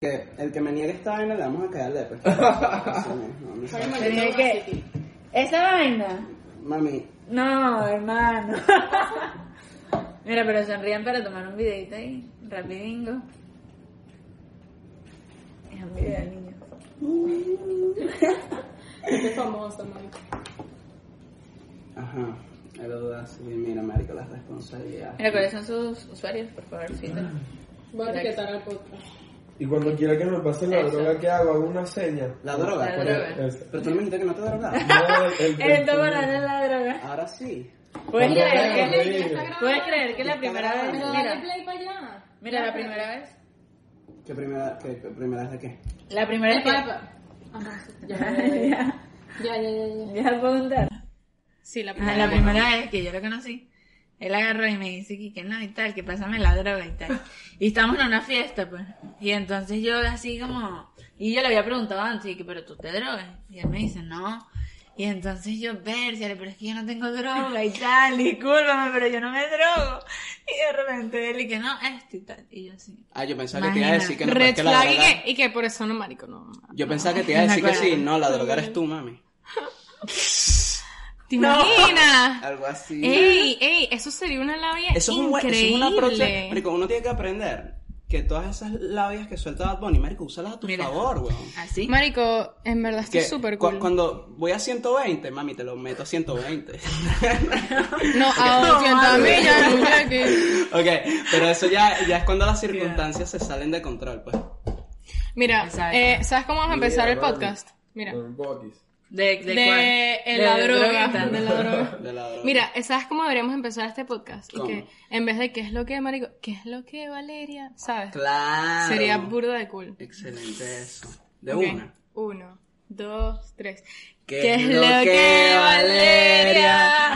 que el que me niegue esta vaina le vamos a caer de pues. Ay, marico, no, que, esa vaina. Mami, No, hermano. Mira, pero sonrían para tomar un videito ahí. Rapidingo. Es un video del niño. Este es famoso, marico. ajá, el audaz, y mira, marico, las responsabilidades. Mira, ¿cuáles son sus usuarios, por favor? Sí, Voy a etiquetar al podcast. Y cuando quiera que me pase la Eso. droga que hago, hago una seña. La droga, La coño. droga. Eso. Pero tú me dijiste que no te drogabas. No, el, El tomarán es la droga. Ahora sí. ¿Puedes Cuando creer, veas, que, sí. ¿Puedes creer que la primera vez... Pero dale Mira, play para allá. mira, la primera vez... ¿Qué primera, qué, qué primera es de qué? La primera vez Dale play que... para- Ajá, sí, Ya, ya, ya, ya, ya, ya. ya puedo contar. Sí, la Ah, la primera vez que yo lo conocí, él agarró y me dice que, que no y tal, que pásame la droga y tal. Y estamos en una fiesta, pues. Y entonces yo así como... Y yo le había preguntado antes, y que, pero tú te drogas. Y él me dice, no. Y entonces yo, Bercia, pero es que yo no tengo droga y tal, discúlpame, pero yo no me drogo. Y de repente él y que no, esto y tal. Y yo así. Ah, yo pensaba que te iba a Imagina. decir que no, es Red que la flag y droga... que, y que por eso no, marico, no. Yo pensaba que te iba a decir que acuerdo. sí, no, la droga eres tú, mami. ¿Te imaginas? Algo así. Ey, ey, eso sería una labia Eso es, un buen- eso increíble. es una proche. Marico, uno tiene que aprender que todas esas labias que suelta Bad Bunny, Marico, úsalas a tu Mira. favor, weón. Así. Marico, en verdad esto Que es súper cu- cool. Cuando voy a 120, mami, te lo meto a 120. No, a 200 madre. millas, muñequi. ok, pero eso ya, ya es cuando las circunstancias se salen de control, pues. Mira, Exacto. eh, ¿sabes cómo vamos a empezar el vale. podcast? Mira, Con boquis. De, de, de, cuál? eh, De la y droga. tal. De la droga. De la droga. Mira, ¿sabes cómo deberíamos empezar este podcast? Y ¿Cómo? que en vez de qué es lo que, Marico, qué es lo que, Valeria, ¿sabes? Claro. Sería burda de cool. Excelente eso. De Ok, una. Uno, dos, tres. ¿Qué es lo que, Valeria?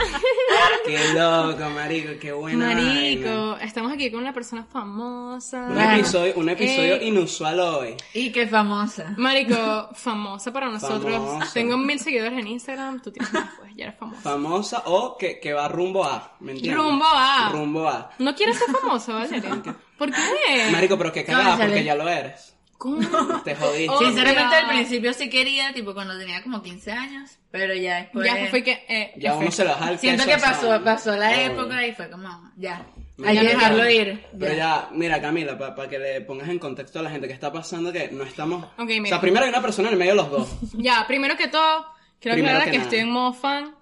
Qué loco, marico, qué buena vaina. Marico, estamos aquí con una persona famosa. Un episodio, un episodio Ey. inusual hoy. Y qué famosa. Marico, famosa para nosotros. Famosa. Tengo mil seguidores en Instagram, tú tienes más, pues, ya eres famosa. Famosa o que, que va rumbo a, ¿me entiendes? Rumbo a. Rumbo a. No quieres ser famosa, Valeria. ¿Por qué? Marico, pero qué cagada, Cónsale. porque ya lo eres. ¿Cómo? Te jodiste. Oh, Sinceramente, ya. al principio sí quería, tipo cuando tenía como 15 años, pero ya después. ya fue que. eh, Ya uno se lo deja al Siento queso que asado. pasó, pasó la Obvio. época y fue como, ya. Mira, Hay que ya dejarlo está. ir. Pero ya. ya, mira Camila, para que le pongas en contexto a la gente que está pasando que no estamos... Ok, mira. O sea, primero hay una persona en el medio de los dos. Ya, primero que todo, quiero Primero aclarar que que, nada. estoy en modo fan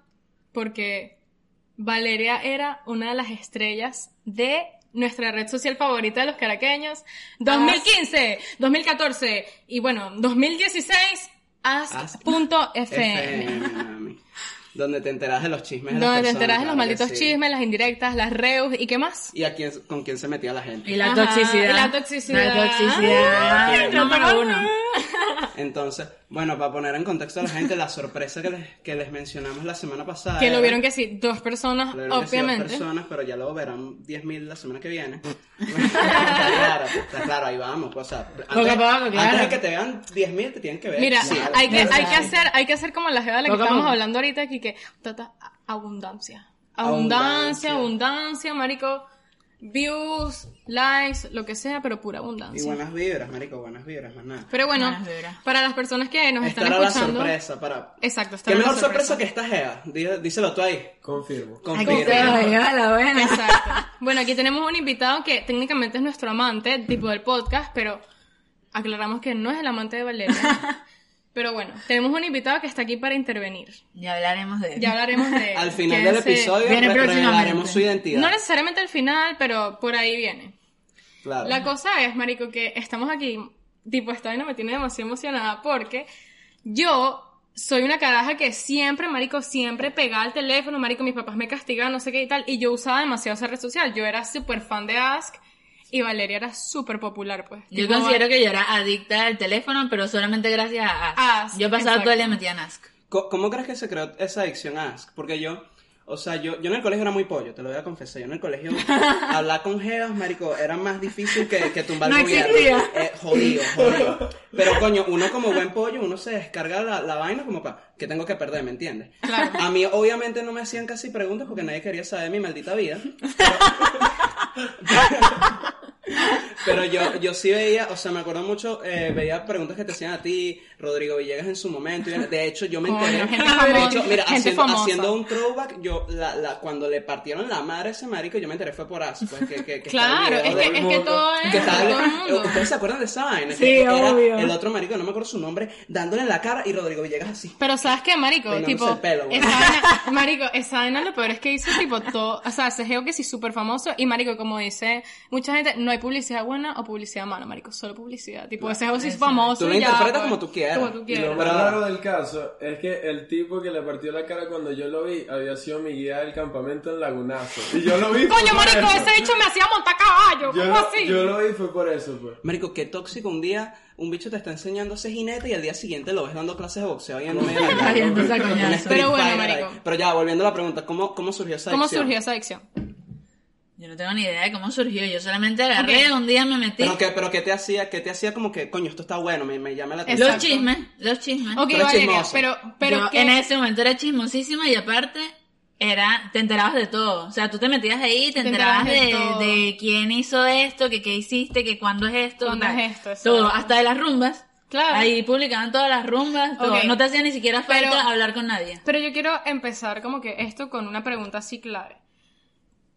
porque Valeria era una de las estrellas de nuestra red social favorita de los caraqueños. Ah. 2015, 2014 y bueno, 2016, as.fm. FM, mami. Este, Donde te enteras de los chismes de las Donde te personas, enterás de los claro malditos que sí. chismes, las indirectas, las reus y qué más. Y a quién, con quién se metía la gente. Y la Ajá, toxicidad. y la toxicidad. La toxicidad. Ay, número no. uno. Entonces, bueno, para poner en contexto a la gente la sorpresa que les, que les mencionamos la semana pasada. Que lo era- vieron que sí, dos personas, lo vieron que sí dos obviamente. personas, pero ya lo verán 10.000 la semana que viene. está claro, está claro, ahí vamos. pues, o sea, antes, Poco a poco, antes claro. de que te vean 10.000 te tienen que ver. Mira, Sí, hay, que, claro. hay, que hacer, hay que hacer como la jeva de la que Poco a estábamos poco. hablando ahorita aquí, que tata, a- abundancia. Abundancia. Abundancia, abundancia, marico. Views, likes, lo que sea, pero pura Y abundancia. buenas vibras, marico, buenas vibras, más nada. Pero bueno, Buenas vibras. para las personas que nos Esta están era la escuchando. sorpresa para... Exacto, esta ¿Qué era la mejor sorpresa que esta Jeva? Dí- Díselo tú ahí. Confirmo. Aquí Confirma. se lo lleva la buena. Exacto. Bueno, aquí tenemos un invitado que técnicamente es nuestro amante, tipo del podcast, pero aclaramos que no es el amante de Valeria. Pero bueno, tenemos un invitado que está aquí para intervenir. Ya hablaremos de eso. Ya hablaremos de él. Al final del Quédense- episodio Viene re- próximamente. revelaremos su identidad. No necesariamente al final, pero por ahí viene. Claro. La cosa es, marico, que estamos aquí, tipo, esta vaina me tiene demasiado emocionada porque yo soy una caraja que siempre, marico, siempre pegaba el teléfono, marico, mis papás me castigaban, no sé qué y tal, y yo usaba demasiado esa red social. Yo era súper fan de Ask y Valeria era súper popular, pues. Yo Tipo, considero que yo era adicta al teléfono, pero solamente gracias a Ask. Ask, yo pasaba todo el día exacto. metida en Ask. Co- ¿Cómo crees que se creó esa adicción a Ask? Porque yo, o sea, yo, yo en el colegio era muy pollo, te lo voy a confesar. Yo en el colegio hablar con jevas, marico, era más difícil que, que tumbar No el gobierno. existía. Eh, jodido, jodido. Pero coño, uno como buen pollo, uno se descarga la, la vaina como para, que tengo que perder, ¿me entiendes? Claro. A mí obviamente no me hacían casi preguntas porque nadie quería saber mi maldita vida. Pero yo, yo sí veía, o sea, me acuerdo mucho, eh, veía preguntas que te hacían a ti, Rodrigo Villegas en su momento. y de hecho, yo me Coño, enteré. gente de famosa, hecho, mira, gente haciendo, famosa. haciendo un throwback, yo, la, la, cuando le partieron la madre a ese marico, yo me enteré fue por As. Pues, que, que, que estaba el Claro, video es que, de- es que todo es que estaba- todo el mundo. ¿Ustedes se acuerdan de esa vaina? Sí, Que era obvio. El otro marico, no me acuerdo su nombre, dándole en la cara y Rodrigo Villegas así. Pero ¿sabes qué, marico? Peinándose Tipo, el pelo, güey. esa vaina, marico, esa vaina lo peor es que hizo tipo todo, o sea, ese geo que sí súper famoso y marico, como dice mucha gente, no hay publicidad buena o publicidad mala, marico, solo publicidad. Tipo, ese geo sí es famoso Tú lo y ya, interpretas pues, como tú quieras. Como tú Y quieras. lo- Lo más raro del caso es que el tipo que le partió la cara cuando yo lo vi había sido mi guía del campamento en Lagunazo. Y yo lo vi. fue Coño, por marico, eso. ese bicho me hacía montar caballo, Yo ¿cómo lo, así? yo lo vi fue por eso, pues. Marico, qué tóxico un día un bicho te está enseñando a ser jinete y al día siguiente lo ves dando clases de boxeo ahí en medio de la calle. Cayéndose a coñazo. Un street Pero bueno, fighter ahí. marico. Pero ya, volviendo a la pregunta, ¿cómo, cómo surgió esa ¿Cómo adicción? surgió esa adicción? Yo no tengo ni idea de cómo surgió. Yo solamente agarré, Ok. un día me metí. Pero que, pero que te hacía, que te hacía como que, coño, esto está bueno, me, me llama la atención. Los Exacto. chismes, los chismes. Ok, Pero Valeria, chismoso. pero, pero Yo ¿qué? en ese momento era chismosísima y aparte era te enterabas de todo. O sea, tú te metías ahí, te, Te enterabas, enterabas de todo. de, de quién hizo esto, que qué hiciste, que cuándo es esto. ¿Cuándo tal. es esto? Todo, Exacto. hasta de las rumbas. Claro. Ahí publicaban todas las rumbas, todo. Ok. No te hacía ni siquiera falta Pero- hablar con nadie. Pero yo quiero empezar como que esto con una pregunta así clave.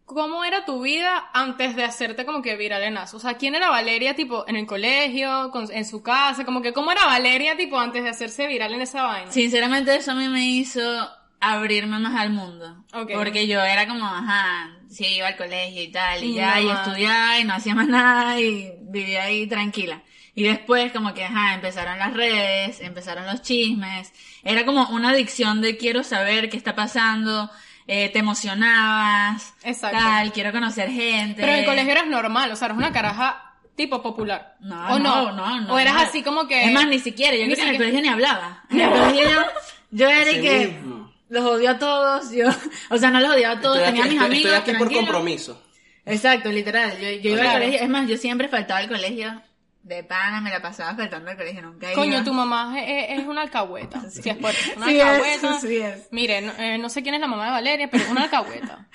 ¿Cómo era tu vida antes de hacerte como que viral en as? O sea, ¿quién era Valeria tipo en el colegio, con- en su casa? Como que ¿cómo era Valeria tipo antes de hacerse viral en esa vaina? Sinceramente eso a mí me hizo abrirme más al mundo. Ok. Porque yo era como, ajá, sí, iba al colegio y tal, y, Y ya, no y más. estudiaba, y no hacía más nada, y vivía ahí tranquila. Y después como que, ajá, empezaron las redes, empezaron los chismes, era como una adicción de quiero saber qué está pasando, eh, te emocionabas, Exacto. tal, quiero conocer gente. Pero en el colegio eras normal, o sea, eras una caraja tipo popular. No, ¿O no, no, no. O eras no. así como que... Es más, ni siquiera. Yo Ni creo que en el siquiera- colegio ni hablaba. En el colegio yo, yo era Así el que mismo. los odio a todos. Yo, o sea, no los odiaba a todos. estoy aquí, tenía a estoy- mis amigos. estoy aquí por tranquilos. compromiso. Exacto, literal. Yo, yo iba Claro. al colegio. Es más, yo siempre faltaba al colegio. De pana, me la pasaba faltando al colegio. Nunca iba. Coño, tu mamá es, es- es una alcahueta. Sí, es fuerte. Una Sí es, alcahueta. sí es. Mire, no, eh, no sé quién es la mamá de Valeria, pero es una alcahueta.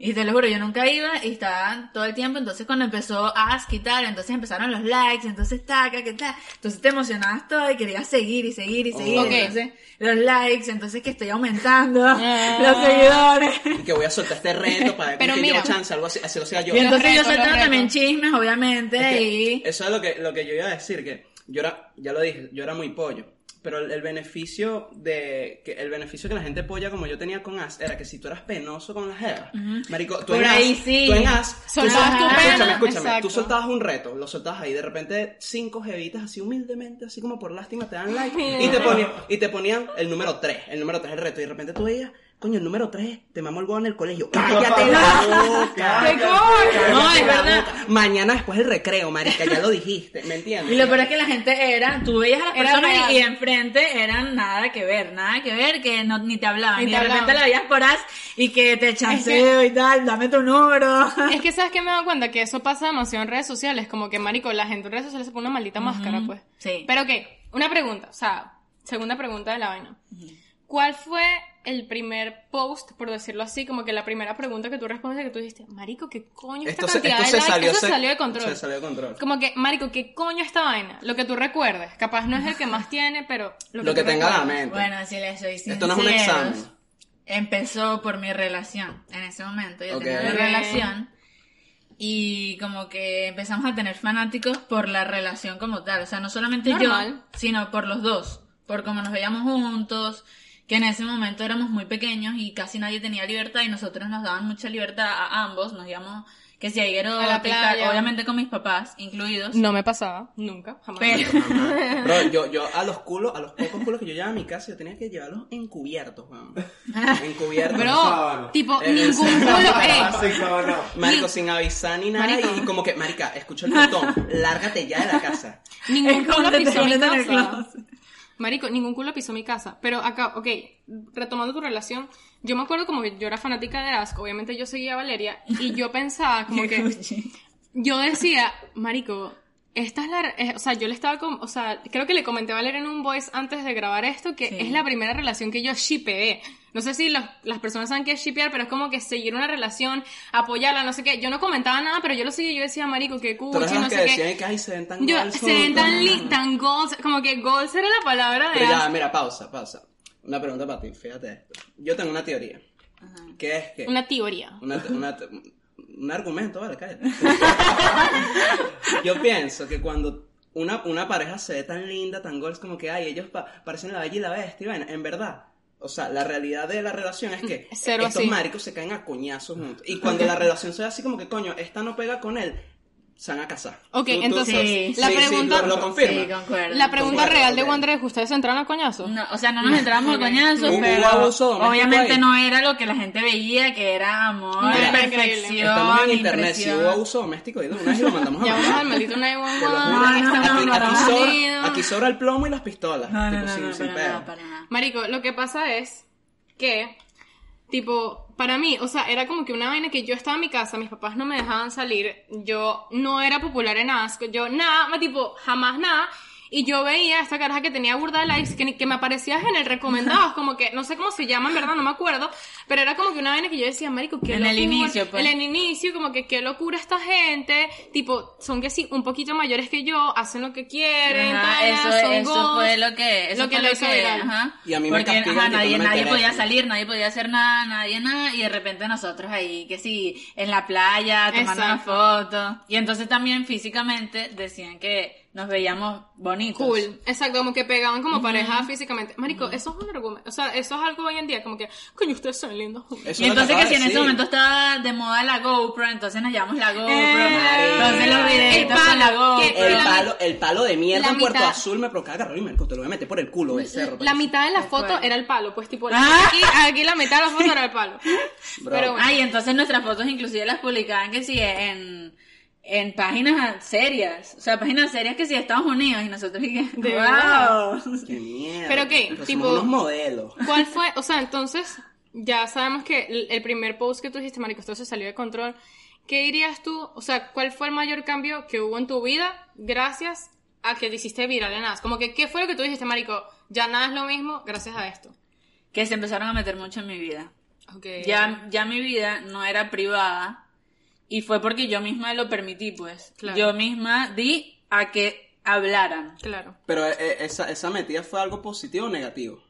Y te lo juro, yo nunca iba y estaba todo el tiempo. Entonces, cuando empezó a y tal, entonces empezaron los likes, entonces taca, que tal. Entonces te emocionabas todo y querías seguir y seguir y seguir. Oh. Ok. Entonces, los likes, entonces que estoy aumentando, Ah. los seguidores. Y que voy a soltar este reto para ver Pero que mira. llevo chance, algo así, así lo sea yo. Y entonces retos, yo soltaba los también retos. chismes, obviamente, Es que y... Eso es lo que, lo que yo iba a decir, que yo era, ya lo dije, yo era muy pollo. Pero el, el beneficio de que el beneficio que la gente polla como yo tenía con As era que si tú eras penoso con las jevas, marico, tú Por en ahí As, sí. tú en As, tú Soltabas soltabas- tu pena, escúchame, escúchame, exacto. tú soltabas un reto, lo soltabas ahí, de repente cinco jevitas así humildemente, así como por lástima te dan like y te ponían y te ponían el número 3, el número 3 el reto y de repente tú veías, coño, el número 3 te mamó el huevo en el colegio. Cállate la boca. ¡Qué coño! No, es Cállate la verdad. boca. Mañana después del recreo, marica, ya lo dijiste, ¿me entiendes? Y lo peor es que la gente era, tú veías a las Era personas real. y, y enfrente eran nada que ver, nada que ver, que no, ni te hablaban. Ni Y de te repente hablaban. la veías por as y que te chanceo y tal, dame tu número. Es que sabes que me he dado cuenta que eso pasa demasiado en redes sociales, como que marico, la gente en redes sociales se pone una maldita máscara, pues. sí. Pero ok, una pregunta, o sea, segunda pregunta de la vaina. ¿Cuál fue el primer post, por decirlo así, como que la primera pregunta que tú respondiste que tú dijiste, marico, qué coño esta esto se, cantidad esto de se likes? salió, eso se- se salió de control. Se salió de control. Como que, marico, qué coño esta vaina. Lo que tú recuerdes, capaz no es el que más tiene, pero Lo, lo que, que tú tenga la recuerdes. mente. Bueno, si les soy sincero. Esto no es un examen. Empezó por mi relación en ese momento. Yo Ok. tenía una Ok. relación y como que empezamos a tener fanáticos por la relación como tal. O sea, no solamente Normal. yo, sino por los dos. Por cómo nos veíamos juntos, que en ese momento éramos muy pequeños y casi nadie tenía libertad y nosotros nos daban mucha libertad a ambos. Nos íbamos, que si ayer A la playa. obviamente con mis papás incluidos. No me pasaba, nunca, jamás. Pero- Mamá. Bro, yo, yo a los culos, a los pocos culos que yo llevaba a mi casa, yo tenía que llevarlos encubiertos, weón. Encubiertos. Bro, Sábado. tipo, Eh, ningún sábado. culo, eh, Ah, sí, cómo no. Marico, sin avisar ni nada, Marico. y como que, marica, escucha el botón, lárgate ya de la casa. Ningún culo Escóndete, pisó mi escóndete en el casa. closet. Marico, ningún culo pisó mi casa. Pero acá, ok, retomando tu relación, yo me acuerdo como que yo era fanática de Asco, obviamente yo seguía a Valeria, y yo pensaba como que, yo decía, Marico, esta es la... eh, o sea, yo le estaba... con- o sea, creo que le comenté a Valeria en un voice antes de grabar esto que Sí. es la primera relación que yo shipeé. No sé si los- las personas saben qué es shipear, pero es como que seguir una relación, apoyarla, no sé qué. Yo no comentaba nada, pero yo lo seguía. Yo decía, marico, qué Tú eres cuchi, las no que sé qué. decían que ay, se ven tan Yo, goals, se ven tan, ¿no? li- tan goals, como que goals era la palabra de... Pero ya, hace- mira, pausa, pausa. Una pregunta para ti, fíjate esto. Yo tengo una teoría. Que es que. una teoría. una- una- un argumento, vale, cállate. Yo pienso que cuando una, una pareja se ve tan linda, tan goals, como que ay, ellos pa- parecen la bella y la bestia, y bueno, en verdad. O sea, la realidad de la relación es que Cero estos así. maricos se caen a coñazos juntos. Y cuando la relación se ve así como que, coño, esta no pega con él, se van a casar. Ok, Tú- tú- entonces, sí, la sí, sí, pregunta... lo- lo confirma. Sí, concuerdo. La pregunta Concuerdo, real de ok. Wander es, ¿ustedes entraron a coñazo? No, o sea, no nos entramos a coñazos, Hubo pero abuso doméstico obviamente ahí. no era lo que la gente veía, que era amor, Mira, perfección, Estamos en internet, si impresión. hubo abuso doméstico, y de una vez lo mandamos a Ya vamos matar. al maldito Te lo 911. juro. No, no, aquí, no, aquí no, sobra, aquí sobra el plomo y las pistolas. No, no, tipo, no, sin, no, sin para pedo. nada, para nada. Marico, lo que pasa es que, tipo, para mí, o sea, era como que una vaina que yo estaba en mi casa, mis papás no me dejaban salir, yo no era popular en Asco, yo nada, ma- tipo, jamás nada. Y yo veía a esta caraja que tenía burda de likes, que, ni- que me aparecías en el recomendados, como que, no sé cómo se llama, en verdad, no me acuerdo, pero era como que una vaina que yo decía, marico, qué En locura. el inicio, pues. En el inicio, como que qué locura esta gente, tipo, son que sí, un poquito mayores que yo, hacen lo que quieren, Ajá, tal, eso, son eso goals. fue lo que eso lo que fue lo hizo viral. ajá. Y a mí me porque castigan ajá, que tú no nadie, me nadie interesa. podía salir nadie podía hacer nada nadie nada y de repente nosotros ahí que sí en la playa tomando una Exacto. foto y entonces también físicamente decían que nos veíamos bonitos Cool, exacto, como que pegaban como pareja físicamente. Marico, eso es un argumento, o sea, eso es algo hoy en día, como que, coño, ustedes son lindos. juntos". Eso y es lo entonces que acabo si de en ese decir. momento estaba de moda la GoPro entonces nos llevamos la GoPro Eh, entonces los el videitos palo, con la GoPro que- El la- palo, el palo de mierda la en Puerto mitad- Azul me provoca agarrar y me te lo voy a meter por el culo del cerro. La parece. mitad de la acuerdo. foto era el palo, pues tipo, Ah. aquí, aquí la mitad de la foto era el palo. Bro. Pero bueno, Ay, entonces nuestras fotos inclusive las publicaban que sí en, en páginas serias. O sea, páginas serias que sí de Estados Unidos y nosotros y que, De verdad. wow. Qué mierda. Pero, ¿qué? Somos Tipo- unos modelos. ¿cuál fue? O sea, entonces, ya sabemos que el, el primer post que tú dijiste, Marico, esto se salió de control. ¿Qué dirías tú? O sea, ¿cuál fue el mayor cambio que hubo en tu vida gracias a que te hiciste viral en nada? Como que, ¿qué fue lo que tú dijiste, Marico? Ya nada es lo mismo gracias a esto. Que se empezaron a meter mucho en mi vida. Okay. Ya, ya mi vida no era privada y fue porque yo misma lo permití, pues. Claro. Yo misma di a que hablaran. Claro. Pero eh, esa, esa metida fue algo positivo o negativo.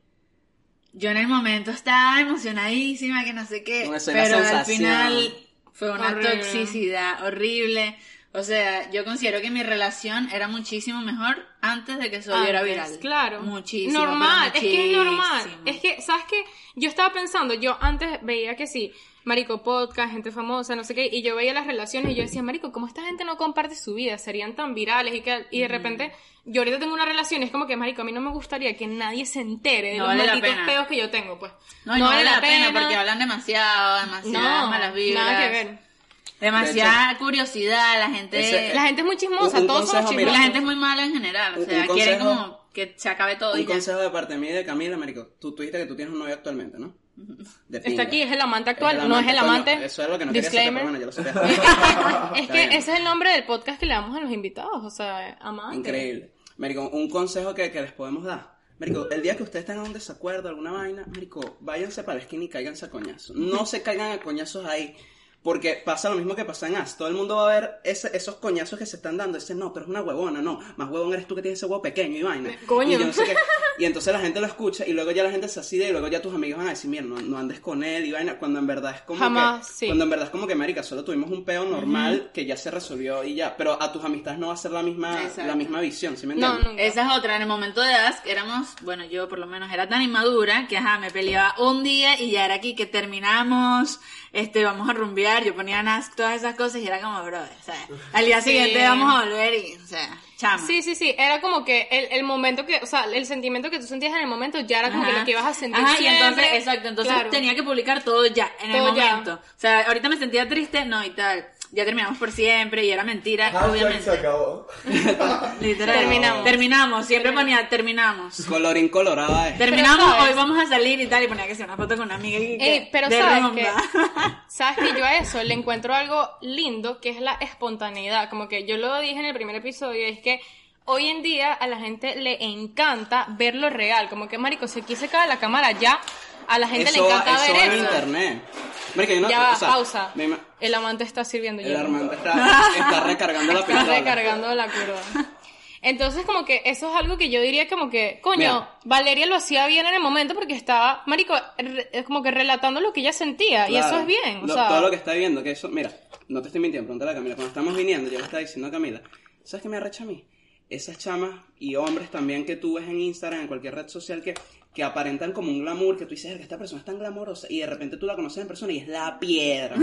Yo en el momento estaba emocionadísima, que no sé qué, Una escena pero al sensación. final fue una Horrible. toxicidad horrible. O sea, yo considero que mi relación era muchísimo mejor antes de que se volviera Antes, viral. Claro. Muchísimo. Normal, pero es que es normal. muchísimo. Es que, ¿sabes qué? Yo estaba pensando, yo antes veía que sí, Marico Podcast, gente famosa, no sé qué, y yo veía las relaciones y yo decía, Marico, ¿cómo esta gente no comparte su vida? Serían tan virales y que, y de repente, yo ahorita tengo una relación, y es como que, Marico, a mí no me gustaría que nadie se entere de No los vale la malditos pena. peos que yo tengo, pues. No, y no vale la pena, porque hablan demasiado, demasiadas No, malas vibras. nada que ver. Demasiada curiosidad, la gente... ese- La gente es muy chismosa, Un- un todos somos consejo, la mira. chismosos. gente es muy mala en general, o Un- sea, un quieren consejo- como que se acabe todo y Un ya. consejo de parte mía y de Camila, marico. Tú, tú dijiste que tú tienes un novio actualmente, ¿no? De Está pinga. aquí, es el amante actual, el no es el coño, amante. eso es lo que no quería saber, Disclaimer. pero bueno, yo lo sabía. es Está que bien. ese es el nombre del podcast que le damos a los invitados, o sea, amante. Increíble. Marico, un consejo que, que les podemos dar. Marico, el día que ustedes tengan un desacuerdo, alguna vaina, Marico, váyanse para la esquina y cáiganse a coñazos. No se caigan a coñazos ahí. Porque pasa lo mismo que pasa en As. Todo el mundo va a ver ese- esos coñazos que se están dando. Dicen, no, pero es una huevona, no. Más huevón eres tú que tienes ese huevo pequeño y vaina. Coño. Y, yo no sé qué. Y entonces la gente lo escucha y luego ya la gente se aside y luego ya tus amigos van a decir, mira, no, no andes con él y vaina. Cuando en verdad es como Jamás, que- sí. Cuando en verdad es como que, marica, solo tuvimos un peo normal que ya se resolvió y ya. Pero a tus amistades no va a ser la misma, Exacto. la misma visión, ¿sí me No, entiendes? nunca. Esa es otra, en el momento de Ask éramos, bueno, yo por lo menos era tan inmadura que ajá, me peleaba un día y ya era aquí que terminamos, este, vamos a rumbear, yo ponía en Ask todas esas cosas y era como, bro, o sea, al día Sí. siguiente vamos a volver y, o sea, chama. Sí, sí, sí, era como que el, el momento que, o sea, el sentimiento que tú sentías en el momento ya era como que Ajá. lo que ibas a sentir Ajá, y siempre. entonces, exacto, entonces Claro. tenía que publicar todo ya, en el Todo ya. momento. O sea, ahorita me sentía triste, no, y tal. ya terminamos por siempre y era mentira, Hashtag se obviamente. acabó. Literal. Terminamos. Terminamos, siempre ponía terminamos. Colorín colorada es. Terminamos, ¿sabes? hoy vamos a salir y tal, y ponía que sea una foto con una amiga y que- Ey, pero de sabes rumba. que, sabes que yo a eso le encuentro algo lindo, que es la espontaneidad. Como que yo lo dije en el primer episodio, es que hoy en día a la gente le encanta ver lo real. Como que, marico, si aquí se cae la cámara ya, a la gente Eso, le encanta eso ver en eso. internet. Marica, yo no- Ya va, o sea, pausa. me ima- El amante está sirviendo el hielo. Armando está, está recargando la Está pistola. recargando la curva. Entonces, como que eso es algo que yo diría como que, coño, Mira. Valeria lo hacía bien en el momento porque estaba, marico, re- es como que relatando lo que ella sentía. Ah, Y Claro, eso es bien, o lo- sea. Todo lo que está viendo, que eso, mira, no te estoy mintiendo, pregúntale a Camila. Cuando estamos viniendo, yo le estaba diciendo a Camila, ¿sabes qué me arrecha a mí? Esas chamas y hombres también que tú ves en Instagram, en cualquier red social, que, que aparentan como un glamour, que tú dices, "Verga, esta persona es tan glamorosa, y de repente tú la conoces en persona y es la piedra.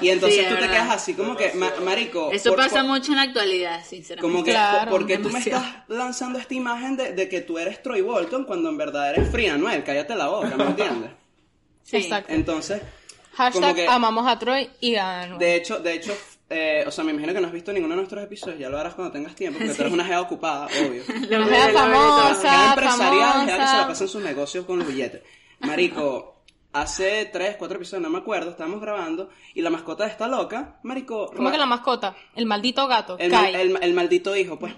y entonces Sí, es tú te verdad. quedas así como que, "Ma- marico. Eso por- pasa por- mucho en la actualidad, sinceramente. Como que, Claro, porque tú me demasiado. estás lanzando esta imagen de, de que tú eres Troy Bolton cuando en verdad eres Frida Noel, cállate la boca, ¿me entiendes? Sí. Exacto. Entonces, Eh, como Hashtag que- amamos a Troy y a Noel. de hecho, de hecho, eh, o sea, me imagino que no has visto ninguno de nuestros episodios, ya lo harás cuando tengas tiempo, porque tú eres una jeva ocupada, obvio. Eh, Lo Una veo, jeva lo veo, lo veo. Jeva famosa, empresarial, jeva que se la famosa. pasa en sus negocios con los billetes. Marico, hace tres, cuatro episodios, no me acuerdo, estábamos grabando, y la mascota de esta loca, marico... Como ra- que la mascota, el maldito gato, el, Kai. el- el maldito hijo, pues.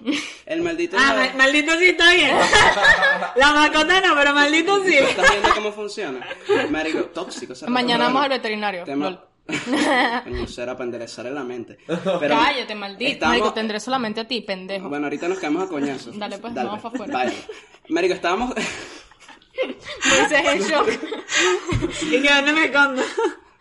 El maldito Ah, hijo. ma- maldito sí está bien. la mascota no, pero maldito sí. Tú estás viendo cómo funciona. Marico, tóxico. esa Mañana palabra. vamos al veterinario. Lol. Tema... Coño, eso era para enderezarle la mente. Pero- Cállate, maldito. Estamos- Marico, tendré solamente a ti, pendejo. Bueno, ahorita nos caemos a coñazos. Dale, pues, vamos pa' afuera. Vale. Marico, estábamos... Moisés en shock. Y que dónde me escondo.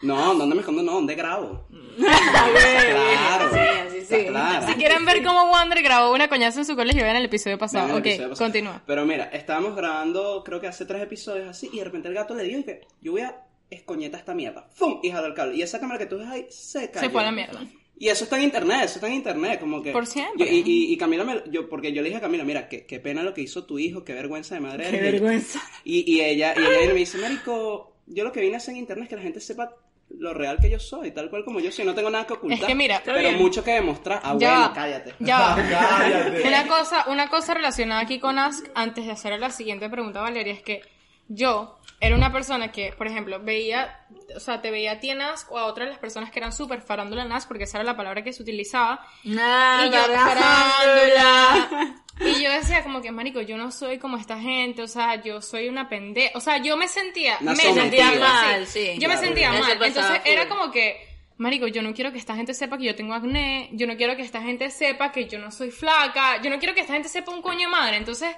No, ¿dónde me escondo? No, ¿dónde grabo? claro. Claro. Sí, sí, sí. Está Claro. Si quieren ver cómo Wander grabó una coñazo en su colegio, vean el episodio pasado. Vean el ok, episodio pasado. continúa. Pero mira, estábamos grabando, creo que hace tres episodios así, y de repente el gato le dio y que yo voy a escoñeta esta mierda. ¡Fum! Y jaló el cable. Y esa cámara que tú ves ahí se cayó. Se fue a la mierda. Y eso está en internet, eso está en internet, como que... Por Yo- siempre. y, y, y Camila, me, yo, porque yo le dije a Camila, mira, qué, qué pena lo que hizo tu hijo, qué vergüenza de madre. Qué eres. vergüenza. Y, y ella, y ella me dice, Marico, yo lo que vine a hacer en internet es que la gente sepa lo real que yo soy, tal cual como yo soy, no tengo nada que ocultar. Es que mira, Está pero bien. mucho que demostrar. Ah, Ya bueno, va. cállate. Ya va. Cállate. Una cosa, una cosa relacionada aquí con Ask, antes de hacer la siguiente pregunta, Valeria, es que yo era una persona que, por ejemplo, veía, o sea, te veía a ti en Ask o a otras de las personas que eran súper farándula en Ask, porque esa era la palabra que se utilizaba. Nada, y yo farándula. farándula. Y yo decía como que, marico, yo no soy como esta gente, o sea, yo soy una pendeja. O sea, yo me sentía, Una me sometida. sentía mal, Mal, sí. Yo Claro. me sentía Eso mal. pasaba Entonces full. era como que, marico, yo no quiero que esta gente sepa que yo tengo acné, yo no quiero que esta gente sepa que yo no soy flaca, yo no quiero que esta gente sepa un coño de madre. Entonces,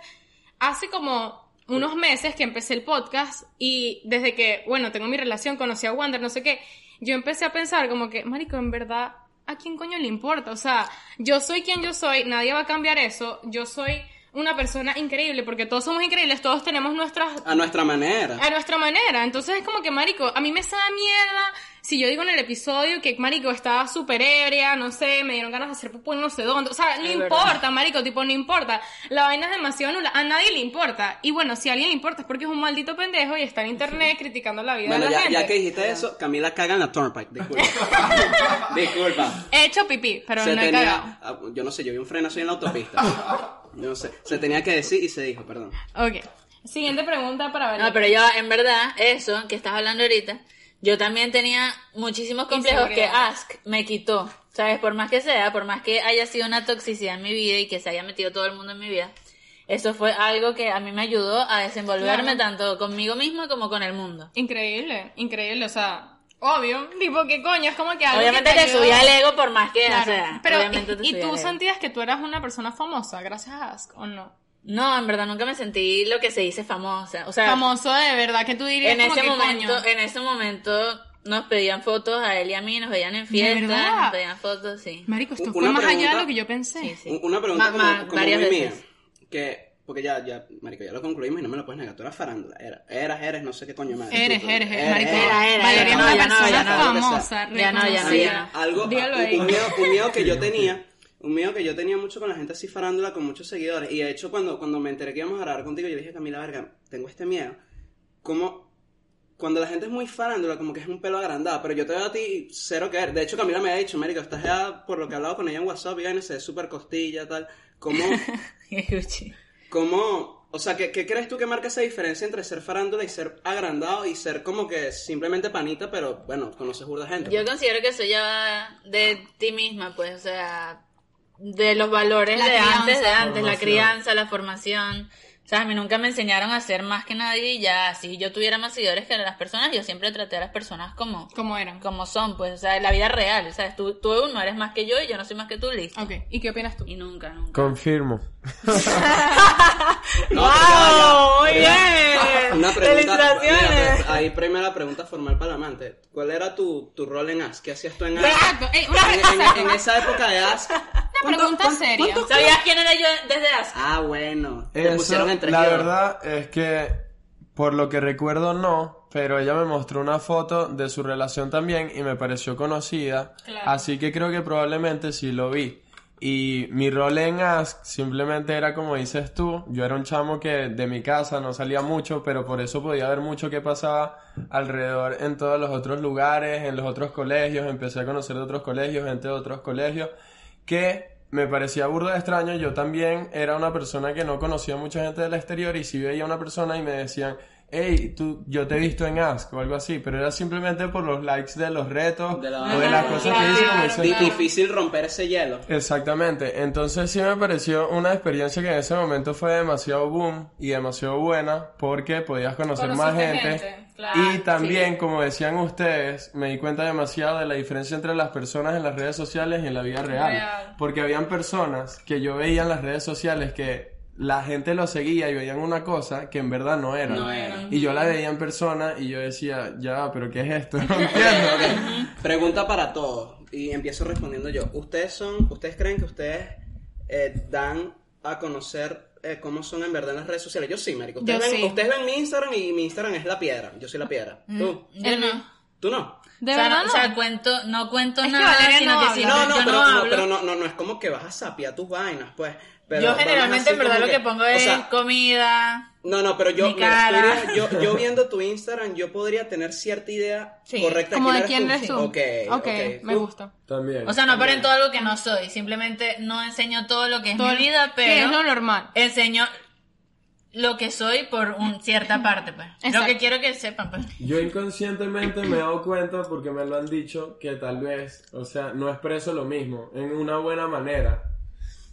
hace como unos meses que empecé el podcast y desde que, bueno, tengo mi relación, conocí a Wander, no sé qué, yo empecé a pensar como que, marico, en verdad, ¿a quién coño le importa? O sea, yo soy quien yo soy, nadie va a cambiar eso, yo soy una persona increíble, porque todos somos increíbles, todos tenemos nuestras A nuestra manera. a nuestra manera. Entonces es como que, marico, a mí me sabe a mierda si yo digo en el episodio que, marico, estaba súper ebria, no sé, me dieron ganas de hacer pupú en no sé dónde. O sea, no Es importa, verdad. marico, tipo, no importa. La vaina es demasiado nula. A nadie le importa. Y bueno, si a alguien le importa es porque es un maldito pendejo y está en internet criticando la vida Bueno, de la ya, gente. ya que dijiste eso, Camila caga en la Turnpike, disculpa. disculpa. He hecho pipí, pero Se no he cagado. tenía, ah, yo no sé, yo vi un frenazo en la autopista. Yo no sé, se tenía que decir y se dijo, perdón. Ok. Siguiente pregunta para ver. No, Ah, pero yo, en verdad, eso que estás hablando ahorita, yo también tenía muchísimos complejos que Inseguridad. Ask me quitó. ¿Sabes? Por más que sea, por más que haya sido una toxicidad en mi vida y que se haya metido todo el mundo en mi vida, eso fue algo que a mí me ayudó a desenvolverme Claro. tanto conmigo misma como con el mundo. Increíble, increíble, o sea, obvio. Tipo, ¿qué coño? Es como que algo obviamente que te, te ayuda- subía el ego por más que, Claro, o sea, pero obviamente te y, y subía tú el ego. sentías que tú eras una persona famosa gracias a Ask o no No, en verdad nunca me sentí lo que se dice famosa. O sea, famoso de verdad que tú dirías en como ese que momento, coño en ese momento nos pedían fotos a él y a mí, nos veían en verdad? fiestas, nos pedían fotos, sí. marico esto Una fue más allá de pregunta- lo que yo pensé Sí, sí. Un- Una pregunta Ma- ma- como, como muy varias mía. veces. Que, porque ya, ya, marico, ya lo concluimos y no me lo puedes negar. Tú eras farándula. Era, eras, eres, no sé qué coño madre. eres Tú- eres eres marico era, era, Valeria era, es una ya no, ya no, persona ya no. famosa Ya no, ya no, reconocida. ya Algo, ah, Dígalo un- ahí. un, miedo, un miedo que yo tenía, un miedo que yo tenía mucho con la gente así farándula, con muchos seguidores. Y de hecho, cuando, cuando me enteré que íbamos a grabar contigo, yo dije, Camila, verga, tengo este miedo. ¿Cómo, cuando la gente es muy farándula, como que es un pelo agrandado, pero yo te veo a ti cero que ver. De hecho, Camila me ha dicho, Mérico, estás ya, por lo que he hablado con ella en WhatsApp, y no sé, súper costilla, tal. ¿Cómo, Gucci. cómo, o sea, ¿qué, qué crees tú que marca esa diferencia entre ser farándula y ser agrandado y ser como que simplemente panita, pero bueno, conoces burda gente? Yo considero que eso ya va de ti misma, pues, o sea, de los valores La de crianza. antes, de antes, la Formación. crianza, la formación. O sea, a mí nunca me enseñaron a ser más que nadie y ya, si yo tuviera más seguidores que las personas, yo siempre traté a las personas como, ¿Cómo eran? como son, pues, o sea, en la vida real, ¿sabes? Tú, tú no eres más que yo y yo no soy más que tú, listo. Ok, ¿y qué opinas tú? Y nunca, nunca. Confirmo. No, ¡Wow! pero ¡Muy ya, bien! Una pregunta, mira, ¡Felicitaciones! pero ahí primero la pregunta formal para el amante. ¿Cuál era tu, tu rol en As? ¿Qué hacías tú en As? Exacto. Ey, una En- pregunta, en, en esa época de As. una pregunta seria. ¿Sabías quién era yo desde hace? Ah, bueno. Te Eso, pusieron entre la ellos. verdad es que, por lo que recuerdo, no. Pero ella me mostró una foto de su relación también y me pareció conocida. Claro. Así que creo que probablemente sí lo vi. Y mi rol en Ask simplemente era como dices tú. Yo era un chamo que de mi casa no salía mucho, pero por eso podía ver mucho que pasaba alrededor en todos los otros lugares, en los otros colegios. Empecé a conocer de otros colegios, gente de otros colegios que me parecía burda de extraño. Yo también era una persona que no conocía mucha gente del exterior y si veía a una persona y me decían, hey, tú, yo te he visto en Ask o algo así, pero era simplemente por los likes de los retos De la- o de las cosas que hice, como Claro, dices Di- tú. Difícil romper ese hielo. Exactamente, entonces sí me pareció una experiencia que en ese momento fue demasiado boom y demasiado buena porque podías conocer más Conociste gente. gente, claro, y también, como decían ustedes, me di cuenta demasiado de la diferencia entre las personas en las redes sociales y en la vida real. Real. Porque habían personas que yo veía en las redes sociales que la gente lo seguía y veían una cosa que en verdad no era. No era. Y yo la veía en persona y yo decía, ya, pero ¿qué es esto? No entiendo. Pregunta para todos. Y empiezo respondiendo yo. ¿Ustedes son, ustedes creen que ustedes eh, dan a conocer eh, cómo son en verdad en las redes sociales? Yo sí, marico. Ustedes, Yo ven, sí. ustedes ven mi Instagram y mi Instagram es la piedra. Yo soy la piedra. ¿Tú? Yo no. ¿Tú no? De o sea, verdad no, no. o sea, cuento, no cuento Es que nada, Valeria sino no que habla. si No, no, yo no pero, no, hablo. pero no, no, no es como que vas a sapiar tus vainas, pues. Pero yo vamos así generalmente en verdad como lo que pongo es o sea, comida. No, no, pero yo, Mi mira, tú cara. dirías- yo, yo viendo tu Instagram, yo podría tener cierta idea Sí, correcta Como de de quién eres tú. Ok, ok. me ¿Tú? gusta. También. O sea, no aparento todo algo que no soy. Simplemente no enseño todo lo que es Todo mi vida, Que es pero lo normal. enseño lo que soy por un cierta parte, pues. Lo Exacto. que quiero que sepan, pues. Yo inconscientemente me he dado cuenta, porque me lo han dicho, que tal vez, o sea, no expreso lo mismo, en una buena manera.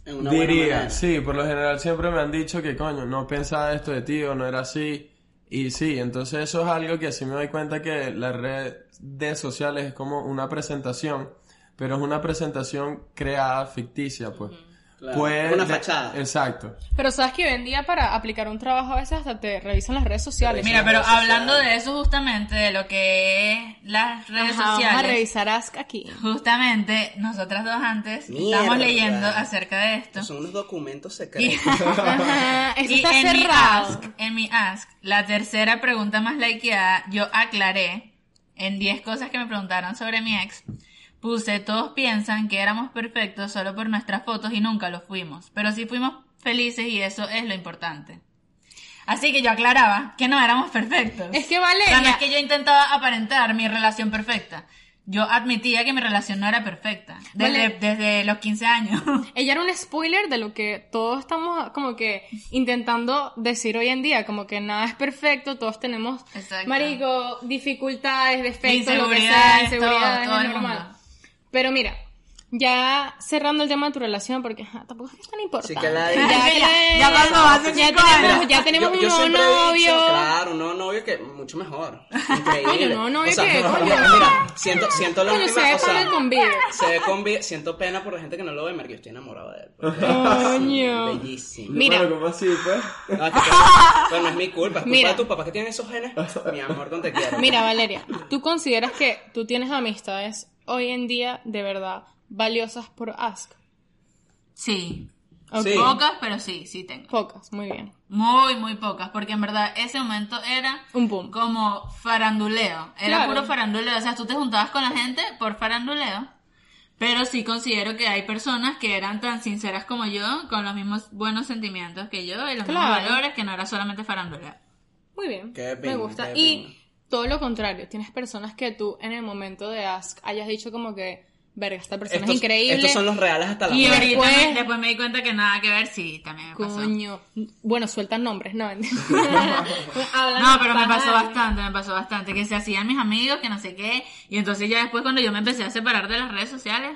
En una buena Diría, manera. sí, por lo general siempre me han dicho que, coño, no pensaba esto de ti o no era así. Y sí, entonces eso es algo que sí me doy cuenta que las redes sociales es como una presentación, pero es una presentación creada, ficticia, pues. Claro, Puede- una fachada. Exacto. Pero sabes que hoy en día para aplicar un trabajo a veces hasta te revisan las redes sociales. Mira, las pero redes hablando sociales. de eso justamente, de lo que es las redes Ajá, vamos a sociales. revisar Ask aquí. Justamente, nosotras dos antes Mierda. estábamos leyendo acerca de esto. Son unos documentos secretos. Ajá, eso Y está en mi cerrado. ask, en mi ask, la tercera pregunta más likeada, yo aclaré en 10 cosas que me preguntaron sobre mi ex. Puse, todos piensan que éramos perfectos solo por nuestras fotos y nunca lo fuimos. Pero sí fuimos felices y eso es lo importante. Así que yo aclaraba que no éramos perfectos. Es que O sea, no es Valeria, que yo intentaba aparentar mi relación perfecta. Yo admitía que mi relación no era perfecta. Desde, Vale. desde los 15 años. ella era un spoiler de lo que todos estamos como que intentando decir hoy en día, como que nada es perfecto, todos tenemos, Exacto. marico, dificultades, defectos, lo que sea, Inseguridades, todo, inseguridades, todo es el normal. mundo. Pero mira, ya cerrando el tema de tu relación, porque ajá, tampoco es que es tan importante. que la- ya, Ya, que- ya pasó hace ya cinco tenemos, años. ya tenemos Yo- un yo nuevo siempre he novio. dicho, claro, un nuevo novio que mucho mejor. Coño, Increíble. un nuevo novio O sea, que, yo- coño. Mira, siento, siento la Coño, se última ve o sea, cuando él convive. se ve convi- siento pena por la gente que no lo ve, porque yo estoy enamorado de él. pues. Coño. Bellísimo. Mira. Bueno, ¿cómo así, pues? No, es que- pero no es mi culpa, es culpa Mira. de tus papás que tienen esos genes. Mi amor, donde quiero. Mira, Valeria, ¿tú consideras que tú tienes amistades hoy en día de verdad valiosas por Ask? Sí. Ok. Sí. Pocas, pero sí, sí tengo. Pocas, muy bien. Muy, muy pocas, porque en verdad ese momento era Un boom. como faranduleo. Era Claro. puro faranduleo. O sea, tú te juntabas con la gente por faranduleo. Pero sí considero que hay personas que eran tan sinceras como yo, con los mismos buenos sentimientos que yo y los mismos Claro. valores, que no era solamente faranduleo. Muy bien. Qué Me bien, gusta. qué Y bien. todo lo contrario. Tienes personas que tú en el momento de ask hayas dicho como que, verga, esta persona Estos- es increíble. Estos son los reales hasta la Y Y muerte. ahorita después- me- después me di cuenta que nada que ver, sí, también me pasó. Coño. Bueno, sueltan nombres, ¿no? No, pero me pasó bastante, me pasó bastante. Que se hacían mis amigos, que no sé qué. Y entonces ya después cuando yo me empecé a separar de las redes sociales,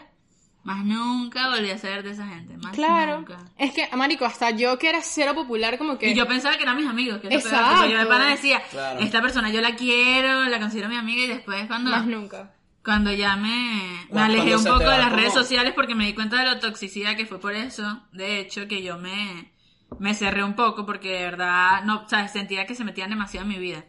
más nunca volví a ser de esa gente. Más Claro. nunca. Es que, marico, hasta yo que era cero popular, como que... Y yo pensaba que eran mis amigos. Que es lo peor, Exacto. porque Yo de pana decía, Claro. esta persona yo la quiero, la considero mi amiga y después cuando... Más nunca. Cuando ya me, me Cuando alejé se un te poco de va las como- redes sociales porque me di cuenta de la toxicidad que fue por eso, de hecho, que yo me, me cerré un poco porque de verdad, no, o sea, sentía que se metían demasiado en mi vida.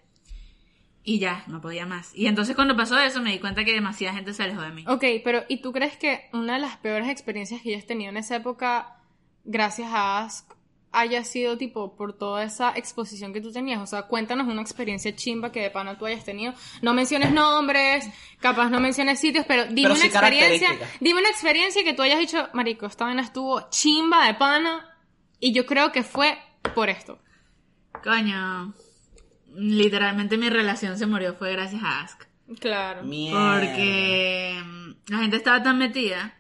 Y ya, no podía más. Y entonces cuando pasó eso me di cuenta que demasiada gente se alejó de mí. Ok, pero ¿y tú crees que una de las peores experiencias que hayas tenido en esa época, gracias a Ask, haya sido tipo por toda esa exposición que tú tenías? O sea, cuéntanos una experiencia chimba que de pana tú hayas tenido. No menciones nombres, capaz no menciones sitios, pero dime Pero una sí experiencia. características. Dime una experiencia que tú hayas dicho, Marico, esta vaina estuvo chimba de pana y yo creo que fue por esto. Coño, literalmente mi relación se murió, fue gracias a Ask. Claro. Mierda. Porque mm, la gente estaba tan metida.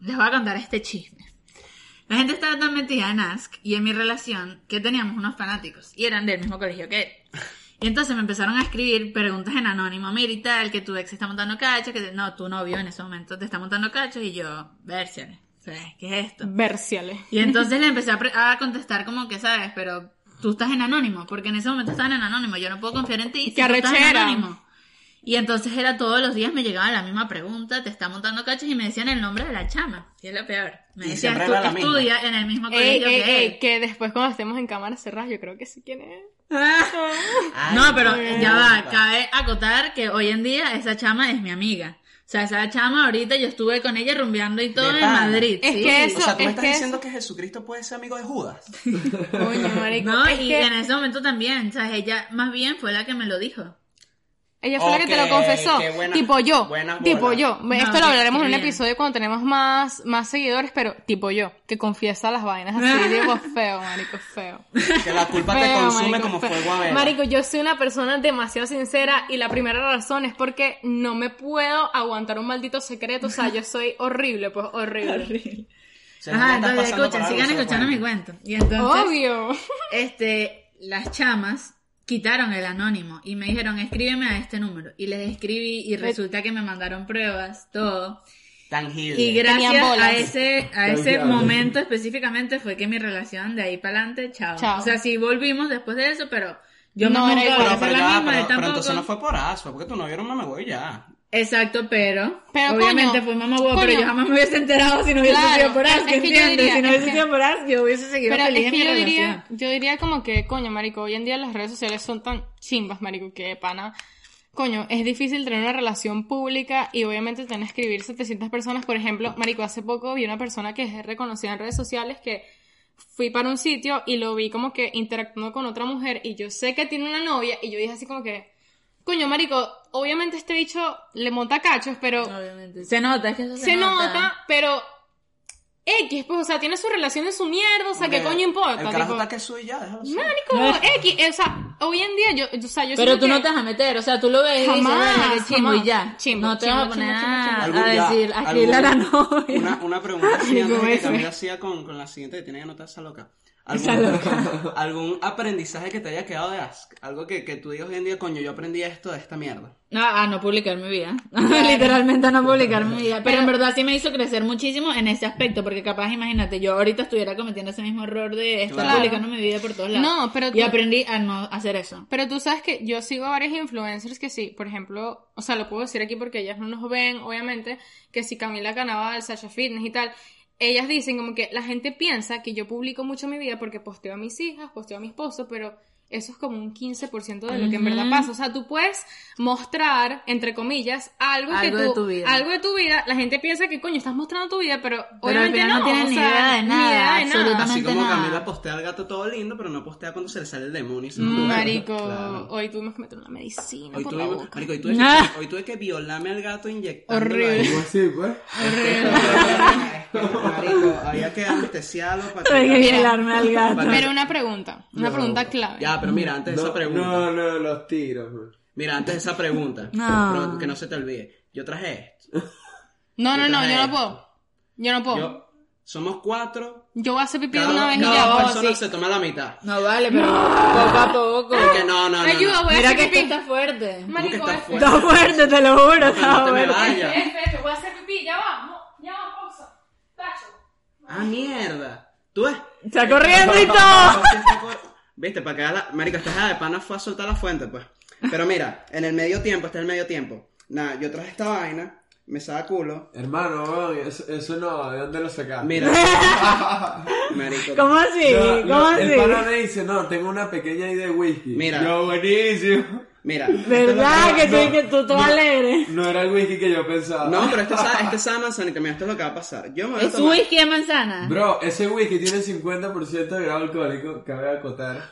Les voy a contar este chisme. La gente estaba tan metida en Ask y en mi relación que teníamos unos fanáticos y eran del mismo colegio que él. Y entonces me empezaron a escribir preguntas en anónimo. Mira y tal, que tu ex está montando cachos, que te- no, tu novio en ese momento te está montando cachos y yo, versiones. ¿Sabes qué es esto? Versiales. Y entonces le empecé a, pre- a contestar como que, ¿sabes? Pero tú estás en anónimo, porque en ese momento estaban en anónimo. Yo no puedo confiar en ti. si ¡Qué tú estás en arrechera! anónimo. Y entonces era todos los días me llegaba la misma pregunta, te está montando cachos y me decían el nombre de la chama, que es lo peor. Me Y decían, siempre tú era la misma. estudia en el mismo Ey, colegio ey, que ey, él. que después cuando estemos en cámara cerrada, yo creo que sí quién es. Ay, no, pero qué ya va, puta. cabe acotar que hoy en día esa chama es mi amiga. O sea, esa chama ahorita yo estuve con ella rumbeando y todo De en pana. Madrid. Es sí. que o sea, tú Eso, es me estás que diciendo eso- que Jesucristo puede ser amigo de Judas. Coño, marico. No, es y que en ese momento también, ¿sabes? Ella más bien fue la que me lo dijo. ella fue la que te lo Ok, confesó. qué buena- tipo yo. buenas Tipo bolas. yo. Esto lo qué hablaremos en un bien. episodio cuando tenemos más, más seguidores, pero tipo yo, que confiesa las vainas así. digo, feo, marico, feo. Que la culpa te Feo, consume marico, como feo. fuego a ver. Marico, yo soy una persona demasiado sincera y la primera razón es porque no me puedo aguantar un maldito secreto. O sea, yo soy horrible, pues horrible. Ajá, entonces escuchen, sigan escuchando mi cuento. Y entonces, Obvio. este, las chamas quitaron el anónimo y me dijeron, escríbeme a este número. Y les escribí y resulta que me mandaron pruebas, todo. Tangible. Y Tenían gracias bolas. a ese, a ese Confiable. momento específicamente fue que mi relación de ahí para adelante, chao. Chao. O sea, sí volvimos después de eso, pero yo No más era nunca igual. volví a pero, ser pero la ya, misma, pero- él pero tampoco. entonces no fue por asco, porque tu novio era un mamagüey ya. Exacto, pero, Pero, obviamente coño, fue mamá huevo, pero coño. yo jamás me hubiese enterado si no hubiese Claro, sido por es- Ask, es que yo ¿entiendes? diría, si no es hubiese que- sido por Ask, yo hubiese seguido Pero feliz es en mi que yo relación. diría, yo diría como que, coño, marico, hoy en día las redes sociales son tan chimbas, marico, que de pana. Coño, es difícil tener una relación pública y obviamente tener que escribir 700 personas. Por ejemplo, marico, hace poco vi una persona que es reconocida en redes sociales que fui para un sitio y lo vi como que interactuando con otra mujer y yo sé que tiene una novia y yo dije así como que, coño, marico, obviamente este bicho le monta cachos, pero Obviamente. Se nota, es que eso se, se nota, pero X, pues, o sea, tiene su relación en su mierda, o sea, ¿qué Porque coño importa? El carajo Tipo, está que soy ya, déjalo así. Marico, X, o sea, hoy en día yo, o sea, yo Pero siento tú no que- te vas a meter, o sea, tú lo ves Jamás, y dices, "Verga, qué chimbo", jamás. y ya. Chimbo, no te chimbo, vas a poner chimbo, chimbo, chimbo. a- Algún- a ya, decir, aquí algún- la novia. Una, una pregunta así antes de que ese. Camila hacía con, con la siguiente que tiene que anotar esa loca. ¿Algún, Esa ¿Algún aprendizaje que te haya quedado de Ask? Algo que, que tú digas hoy en día, coño, yo aprendí esto de esta mierda. No, a no publicar mi vida. Literalmente a no publicar mi vida. Pero en verdad sí me hizo crecer muchísimo en ese aspecto, porque capaz, imagínate, yo ahorita estuviera cometiendo ese mismo error de estar Claro. publicando mi vida por todos lados. No, pero Y tú- aprendí a no hacer eso. Pero tú sabes que yo sigo a varios influencers que sí, por ejemplo, o sea, lo puedo decir aquí porque ellas no nos ven, obviamente, que si Camila Canaval, Sasha Fitness y tal, ellas dicen como que la gente piensa que yo publico mucho mi vida porque posteo a mis hijas, posteo a mi esposo, pero eso es como un 15% de lo que en verdad Ujú. pasa. O sea, tú puedes mostrar, entre comillas, algo, que Algo tú, de tu vida. Algo de tu vida. La gente piensa que, coño, estás mostrando tu vida, pero al obviamente final no no. tienes o ni sea, idea de ni nada, idea de absolutamente. Así como nada. Camila postea al gato todo lindo, pero no postea cuando se le sale el demonio. y se Mm, lo come. Marico, Claro. hoy tuvimos que meter una medicina Hoy por la tuve, boca. marico, hoy tuve que, Ah. hoy tuve que violarme al gato inyectando. Horrible. Algo así, pues. Marico, había que anestesiarlo para Tuve que el gato- violarme al gato. para que- Pero una pregunta, una No. pregunta clave. Ya, pero mira, antes de esa No, pregunta. no, no, los tiros. pues. güey. Mira, antes de esa pregunta, No. pero que no se te olvide, yo traje esto. No, no, Yo no, traje yo no esto. puedo. Yo no puedo. Yo, Yo, somos cuatro, voy a hacer pipí de cada, Oh. una vez y cada ya. no, persona sí. se toma la mitad. No vale, pero poco a poco. Porque no, no, no. Ayuda, no. voy a Mira hacer que esto pipí. está fuerte. Marico, eh. ¿Cómo que está F. fuerte? Está fuerte, te lo juro. Está No te me fuerte. vayas. F, F, voy a hacer pipí. Ya va, no, ya va, pausa. Tacho. Ah, mierda. ¿Tú ves? Está corriendo y todo. Viste, para que haga la... Marica, esta jada de pana fue a soltar la fuente, pues. Pero mira, en el medio tiempo, está el medio tiempo. Nada, yo traje esta vaina, me saca culo. Hermano, weón, eso, eso no, ¿de dónde lo sacaste? Mira. Marico. ¿Cómo así? Yo- ¿Cómo yo- así? El pana me dice, no, tengo una pequeña ahí de whisky. Mira. Yo, buenísimo. Mira. ¿Verdad que tú, No. que tú todo alegre? No era el whisky que yo pensaba. No, pero este sabe, este sabe manzanita. Mira, esto es lo que va a pasar. Yo me voy a ¿Es tomar... whisky de manzana? Bro, ese whisky tiene 50% de grado alcohólico, cabe acotar.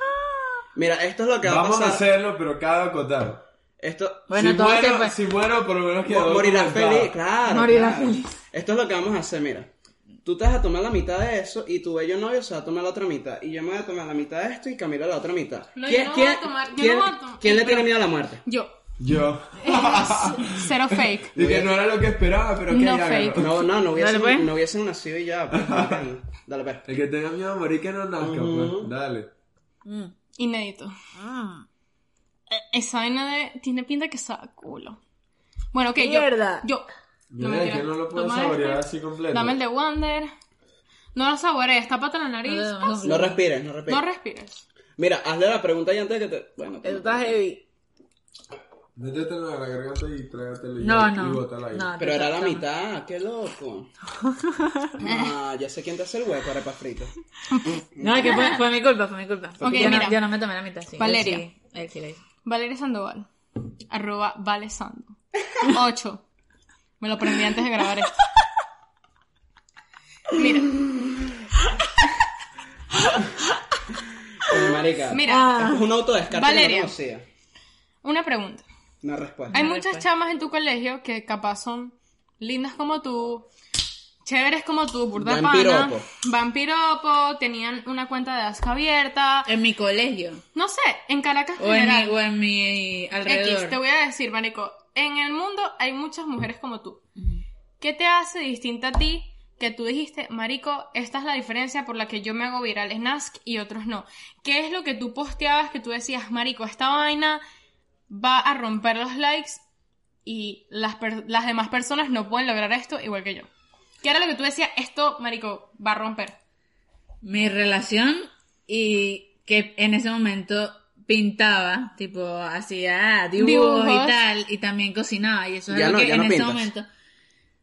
Mira, esto es lo que va Vamos a a pasar. hacerlo, pero cabe acotar. Esto... Bueno, si, todo muero, se pues. puede. si muero, por lo menos quedó. Mo- Morirás documentado. feliz, claro. Morirás claro. feliz. Esto es lo que vamos a hacer, mira. Tú te vas a tomar la mitad de eso y tu bello novio se va a tomar la otra mitad. Y yo me voy a tomar la mitad de esto y Camila la otra mitad. No, yo ¿Quién, no voy quién, a tomar- yo quién- no voy a tomar- quién le Pero- tiene miedo a la muerte? Yo. Yo. Cero fake. Y que no era lo que esperaba, pero que No ya fake. No, ganó. no, no hubiesen, Dale, pues. no hubiesen nacido y ya. pues, dale, Dale, pues. El que tenga miedo a morir que no nazca, pues. Dale. Inédito. Ah. Eh, Esa vaina de. Tiene pinta que sabe a culo. Bueno, ok, yo. Mierda. Yo. Yo No, es que mentira. no lo puedo Toma este. saborear así completo. Dame el de Wander. No lo saborees, tápate la nariz. No, no, Eh, no. No respires, no respires. No respires. Mira, hazle la pregunta y antes de que te. Bueno, Eso está heavy. Métetelo en la garganta y trágatelo y- No, y, no. bótalo ahí. No, pero era la está- mitad, qué loco. Ah, ya sé quién te hace el hueco, arepas fritas. No, es que fue, fue mi culpa, fue mi culpa. Ok, yo, mira. No, yo no me tomé la mitad, sí. Valeria. Él sí, él sí la hizo. Valeria Sandoval. Arroba Vale Sando. 8. Me lo aprendí antes de grabar esto. Mira, Coño, Marica. mira, Ah. Esto es un autodescarte que Valeria. no conocía. una pregunta. Una respuesta. Hay pues. muchas chamas en tu colegio que capaz son lindas como tú, chéveres como tú, burda Van pana, piropo. van piropo, tenían una cuenta de asca abierta, En mi colegio. no sé, en Caracas Eh. O en mi, general. o en mi X, alrededor. te voy a decir, marico, en el mundo hay muchas mujeres como tú. ¿Qué te hace distinta a ti que tú dijiste, marico, esta es la diferencia por la que yo me hago viral en Ask y otros no? ¿Qué es lo que tú posteabas que tú decías, marico, esta vaina va a romper los likes y las, per- las demás personas no pueden lograr esto igual que yo? ¿Qué era lo que tú decías, esto, marico, va a romper? mi relación y que en ese momento pintaba, tipo hacía dibujos, Dibujos. y tal, y también cocinaba, y eso es Ya algo no, que ya en no ese pintas. momento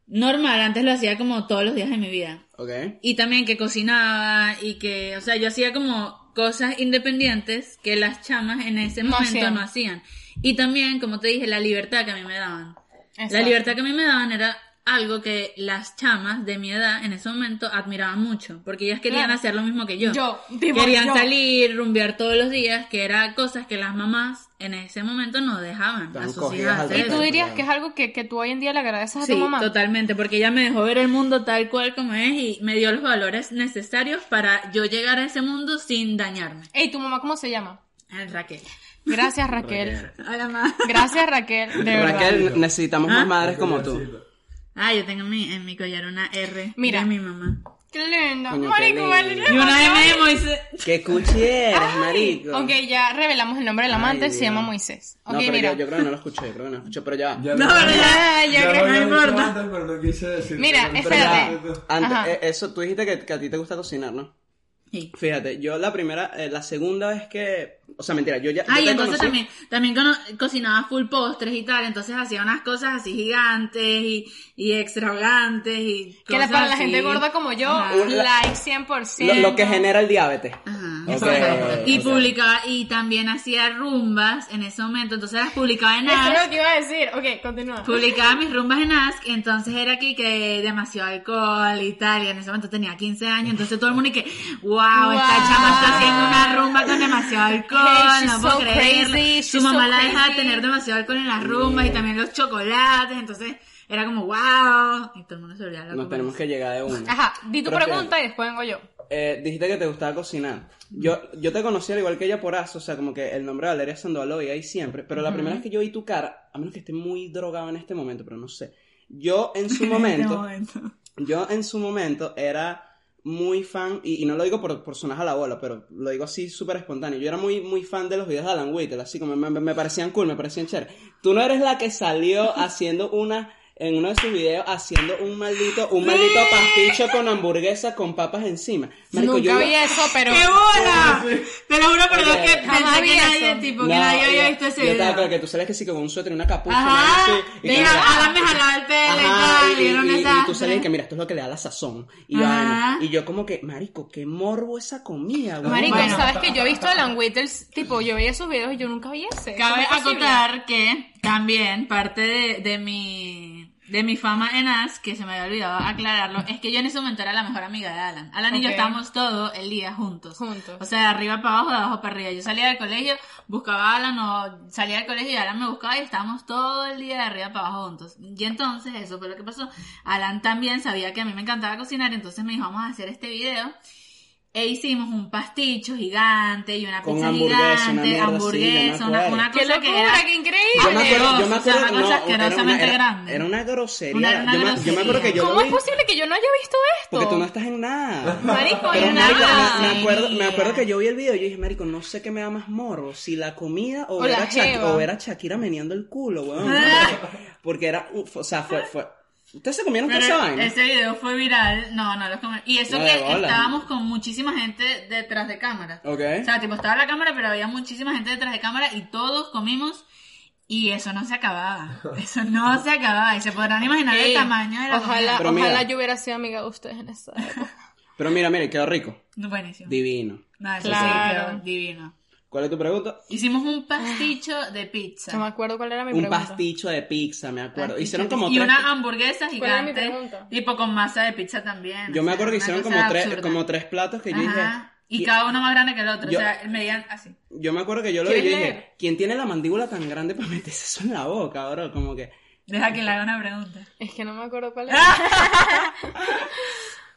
normal, antes lo hacía como todos los días de mi vida. Ok. Y también que cocinaba y que, o sea, yo hacía como cosas independientes que las chamas en ese No momento hacían. no hacían. Y también, como te dije, la libertad que a mí me daban. La Exacto. libertad que a mí me daban era algo que las chamas de mi edad en ese momento admiraban mucho, porque ellas querían Claro. hacer lo mismo que yo. Yo, tipo, querían yo. salir, rumbear todos los días, que era cosas que las mamás en ese momento no dejaban Estaban a sus cogidas hijas al hacer. Y Claro, tú claro. dirías que es algo que, que tú hoy en día le agradeces a Sí, tu mamá. totalmente, porque ella me dejó ver el mundo tal cual como es y me dio los valores necesarios para yo llegar a ese mundo sin dañarme. Ey, ¿tu mamá cómo se llama? Ay, Raquel. Gracias, Raquel. Hola, ma. Gracias, Raquel. De verdad. Raquel, necesitamos más ¿Ah? madres como tú. Ah, yo tengo en mi, en mi collar una R Mira. de mi mamá. Qué lindo. Coño, qué Marico, lindo. vale, Y una M de Moisés. Que cuchieras, marico. Ok, ya revelamos el nombre del amante, Ay, se Dios. llama Moisés. Ok, no, pero mira. yo, yo creo que no lo escuché, yo creo que no lo escuché, pero ya. va. Ya No, lo- pero ya, yo ya creo lo que no había dicho importa. antes, pero no quise decirlo. Mira, Pero Pero- ya, espérate. antes, Ajá. eh, eso, tú dijiste que, que a ti te gusta cocinar, ¿no? Sí. Fíjate, yo la primera, eh, la segunda vez que. O sea, mentira, yo ya. yo Ay, te entonces conocí- también, también cono- cocinaba full postres y tal, entonces hacía unas cosas así gigantes y, y extravagantes y que la- cosas para la así. gente gorda como yo, Ajá. like Lo, 100%. lo que genera el diabetes. Ah, Ajá. Ok, Exacto. y ok. publicaba, y también hacía rumbas en ese momento, entonces las publicaba en Eso es Ask, lo que iba a decir. Ok, continúa. publicaba mis rumbas en Ask, entonces era aquí que demasiado alcohol y tal, y en ese momento tenía 15 años, entonces todo el mundo y que, wow, esta Wow. chama está haciendo una rumba con demasiado alcohol, Hey, she's no puedo so creerlo. crazy, Su she's mamá so la deja crazy. tener demasiado alcohol en las rumbas y también los chocolates, entonces era como, wow, y todo el mundo se volvía loco. Nos tenemos que llegar de una. Ajá, di tu Pero pregunta y después vengo yo. eh, dijiste que te gustaba cocinar. Yo, yo te conocí al igual que ella por Aso, o sea, como que el nombre de Valeria Sandoval lo veía ahí siempre, pero la primera vez que yo vi tu cara, a menos que esté muy drogado en este momento, pero no sé. Yo en su momento, yo en su momento era muy fan, y, y no lo digo por, por sonar a la bola, pero lo digo así súper espontáneo. Yo era muy, muy fan de los videos de Alan Whittle, así como me, me- me parecían cool, me parecían chévere. Tú no eres la que salió haciendo una, en uno de sus videos, haciendo un maldito, un maldito pasticho con hamburguesa con papas encima. Marico, Nunca yo vi iba- eso, pero. ¡Qué bola! Te lo juro, pero Oye, no que jamás pensé vi que nadie, eso. tipo, No, que nadie había yo- visto ese yo video. estaba, pero que tú sales que sí con un suéter y una capucha. Ajá, y así, y que dije, mira, Alan me jalaba el pelo y ajá, tal, y era un y- y tú desastre. sales que mira, esto es lo que le da la sazón. Y, Ajá. vaina. y yo como que, marico, qué morbo esa comida, güey. Marico, Bueno. sabes que yo he visto a Alan Whittles, tipo, yo veía sus videos y yo nunca vi ese. ¿Cómo Cabe es posible? acotar que también parte de, de mi de mi fama en As, que se me había olvidado aclararlo, es que yo en ese momento era la mejor amiga de Alan. Alan y yo Ok. estábamos todo el día juntos. Juntos. O sea, de arriba para abajo, de abajo para arriba. Yo salía del colegio, buscaba a Alan o salía del colegio y Alan me buscaba y estábamos todo el día de arriba para abajo juntos. Y entonces eso fue lo que pasó. Alan también sabía que a mí me encantaba cocinar, entonces me dijo, vamos a hacer este video. E hicimos un pasticho gigante y una Con pizza hamburguesa, una gigante, mierda así, hamburguesa, yo me una, acuerdo. una ¡Qué cosa que locura, era... qué Yo me increíble! acuerdo, yo me o sea, acuerdo, una cosa no, era, una, asquerosamente era- grande. era una grosería. Una- yo, una me- yo Me, grosería. acuerdo que yo lo ¿Cómo es vi, posible que yo no haya visto esto? porque tú no estás en nada. Marico, Pero, yo marico, nada. me, me acuerdo, me acuerdo que yo vi el video y yo dije, marico, no sé qué me da más morro, si la comida o, O ver, la a Shak- jeva. o ver a Shakira meneando el culo, weón. Porque era, uf, o sea, fue, fue... ¿Ustedes se comieron con esa Pero vaina? ese video fue viral. No, no los comen. Y eso No, que de bola. estábamos con muchísima gente detrás de cámara. Ok. O sea, tipo, estaba la cámara, pero había muchísima gente detrás de cámara y todos comimos. Y eso no se acababa. Eso no se acababa. Y se podrán imaginar Ey, el tamaño de la Ojalá, Pero ojalá mira. yo hubiera sido amiga de ustedes en esa época. Pero mira, mira, quedó rico. comida. Buenísimo. Divino. No, eso sí, Claro. quedó divino. ¿Cuál es tu pregunta? Hicimos un pasticho de pizza. No me acuerdo cuál era mi Un pregunta. pasticho de pizza, me acuerdo. Pasticho hicieron de como pizza. tres. Y una hamburguesa ¿Cuál era mi gigante. pregunta? Tipo con masa de pizza también. Yo O me sea, acuerdo que una hicieron cosa como tres, absurda. como tres platos que yo dije. Ajá. Y "¿Qui- cada uno más grande que el otro. Yo- O sea, medían así. Yo me acuerdo que yo lo vi y ¿Quieres yo dije, leer? ¿quién tiene la mandíbula tan grande para meterse eso en la boca, bro? Como que. Deja que le haga una pregunta. Es que no me acuerdo cuál era.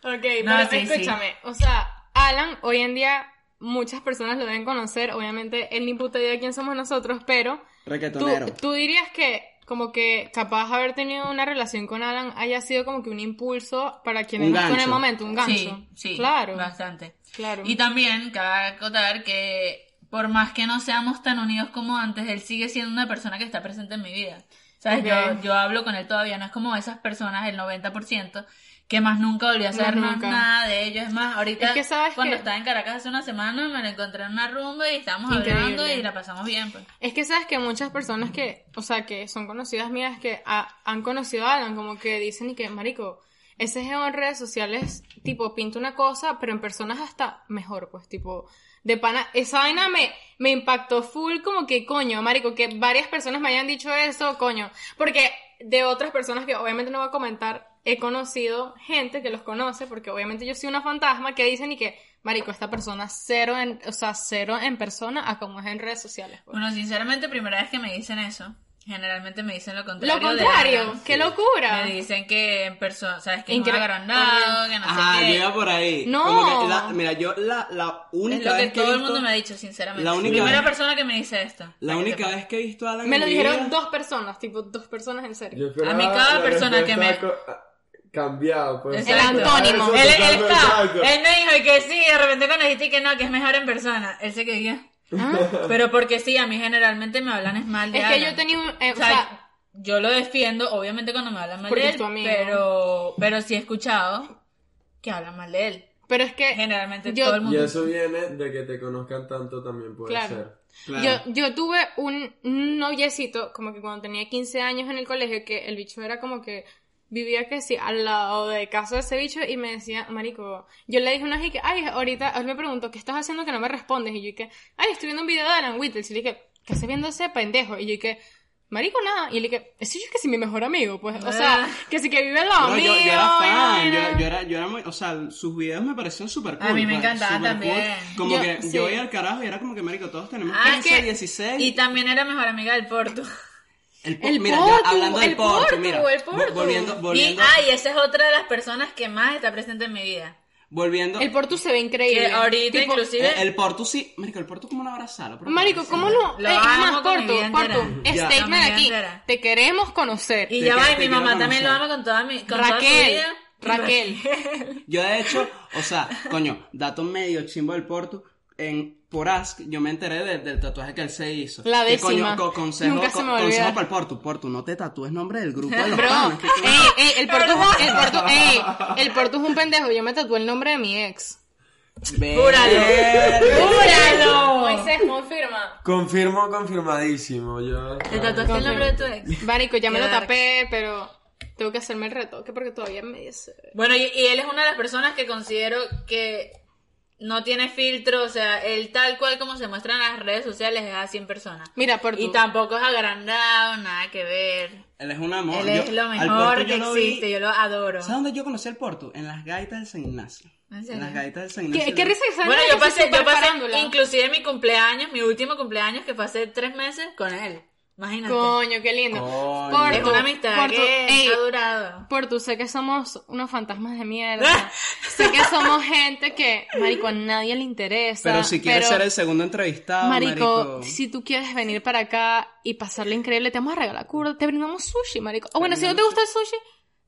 ok, No, pero sí, sí. escúchame. O sea, Alan, hoy en día muchas personas lo deben conocer. Obviamente, él ni puta idea de quién somos nosotros, pero tú, Requetonero. tú dirías que como que capaz haber tenido una relación con Alan haya sido como que un impulso para quienes Un no en el gancho. momento, un gancho. Sí, sí. Claro, Bastante. claro. Y también cabe acotar que por más que no seamos tan unidos como antes, él sigue siendo una persona que está presente en mi vida. ¿Sabes? Ok. Yo, yo hablo con él todavía, no es como esas personas, el 90%, que más nunca volvió a Más saber más nunca. nada de ellos. Es más, ahorita Es que sabes cuando que- estaba en Caracas hace una semana me lo encontré en una rumba y estábamos Increíble. hablando y la pasamos bien. Pues. Es que sabes que muchas personas que, o sea, que son conocidas mías que ha- han conocido a Alan, como que dicen y que, marico, ese geo en redes sociales, tipo, pinta una cosa, pero en personas hasta mejor, pues, tipo, de pana, esa vaina me, me impactó full, como que, coño, marico, que varias personas me hayan dicho eso, coño, porque de otras personas que obviamente no voy a comentar, he conocido gente que los conoce, porque obviamente yo soy una fantasma, que dicen y que, marico, esta persona cero en, o sea, cero en persona a como es en redes sociales, pues. Bueno, sinceramente, primera vez que me dicen eso. Generalmente me dicen lo contrario. Lo de contrario, Alan. qué locura. Me dicen que en persona, sabes, que Incre- es más agrandado, que no Ajá, sé yo qué. iba por ahí. No. Como que la- mira, yo la, la única Es lo que vez que he todo el visto- mundo me ha dicho, sinceramente. La única- Primera persona que me dice esto. La Para que única sepa. vez que he visto a Alan. Me en lo mi vida- dijeron dos personas, tipo dos personas en serio. pues, esperaba A mí cada la persona que me- respuesta co- ah, cambiado, pues. Exacto. El antónimo. Eso, Él, él totalmente, estaba- exacto. él me dijo y que sí, de repente cuando dijiste que no, que es mejor en persona, él se quedó. Pero porque sí, a mí generalmente me hablan es mal de ¿Ah? Es que Alan. yo tenía un... eh, O sea, yo lo defiendo, obviamente cuando me hablan mal Porque de es él, tu amigo. pero pero sí he escuchado que hablan mal de él. pero es que Generalmente Yo- todo el Y mundo. eso viene de que te conozcan tanto también puede Claro. ser. Claro. Yo, yo tuve un noviecito, como que cuando tenía 15 años en el colegio, que el bicho era como que vivía que sí, al lado de casa de ese bicho, y me decía, marico, yo le dije una vez y que, ay, ahorita, él me preguntó, ¿qué estás haciendo que no me respondes? Y yo y que, ay, estoy viendo un video de Alan Whittles, y le dije, ¿qué estás viendo ese pendejo? Y yo y que, marico, nada, y le dije, ese yo que sí, mi mejor amigo, pues, o sea, Ah. que sí que vive al lado No, yo, mío, yo era y fan, vaina. yo, yo era, yo era muy, o sea, sus videos me parecían súper cool. A mí me pues, encantaban súper también. cool. Como Yo- que sí. yo iba al carajo y era como que, marico, todos tenemos Ah, 15, que- ¿Eh? 16. Y también era mejor amiga del Porto. el, po- el mira, Portu, ya hablando del el Portu, Portu, mira, el Portu. volviendo, Y volviendo, ay, esa es otra de las personas que más está presente en mi vida. volviendo. El Portus se ve increíble. Que ahorita Tipo, inclusive... Eh, el Porto sí. Marico, el Porto como un abrazado. por Marico, favor. ¿cómo no? Lo Eh, es amo más, con mi Porto, vida Porto, entera. Ya. statement Con mi vida aquí. entera. Te queremos conocer. Y Te ya va, quiero- y te mi quiero mamá también lo conocer. ama con toda mi, con toda su Raquel, vida. Raquel. Yo de hecho, o sea, coño, dato medio chimbo del Porto. En por Ask yo me enteré de- del tatuaje que él se hizo. La Que, décima. coño, co- consejo, Nunca se me va a co- consejo olvidar. para el Porto. Porto, no te tatúes nombre del grupo de los Bro, panas, que- ey, ey, el Porto, el Porto, ey, el Porto es un pendejo. Yo me tatué el nombre de mi ex. Verga. ¡Júralo! Moisés, confirma. Confirmo, confirmadísimo. Yo. ¿Te tatuaste el nombre de tu ex? Marico, ya me lo Qué dark. tapé, pero tengo que hacerme el retoque porque todavía me dice. Bueno, y, y él es una de las personas que considero que no tiene filtro, o sea, él tal cual como se muestra en las redes sociales es a 100 personas. Mira, Porto. Y tampoco es agrandado, nada que ver. Él es un amor. él Yo- es lo al mejor Porto que yo lo vi- existe, yo lo adoro. ¿Sabes dónde yo conocí al Porto? En las gaitas del San Ignacio. ¿En serio? las gaitas del San Ignacio. ¿Qué, qué risa que Bueno, yo pasé, yo pasé incluso. inclusive mi cumpleaños, mi último cumpleaños que fue hace tres meses con él. Imagínate. Coño, qué lindo. Coño. es Porto, una amistad Porto, que ey, ha durado. Portu, sé que somos unos fantasmas de Ah. mierda. sé que somos gente que, marico, a nadie le interesa. Pero si quieres pero, ser el segundo entrevistado, marico, marico. si tú quieres venir para acá y pasarlo increíble, te vamos a regalar curda, te brindamos sushi, marico. O bueno, si no te gusta el sushi,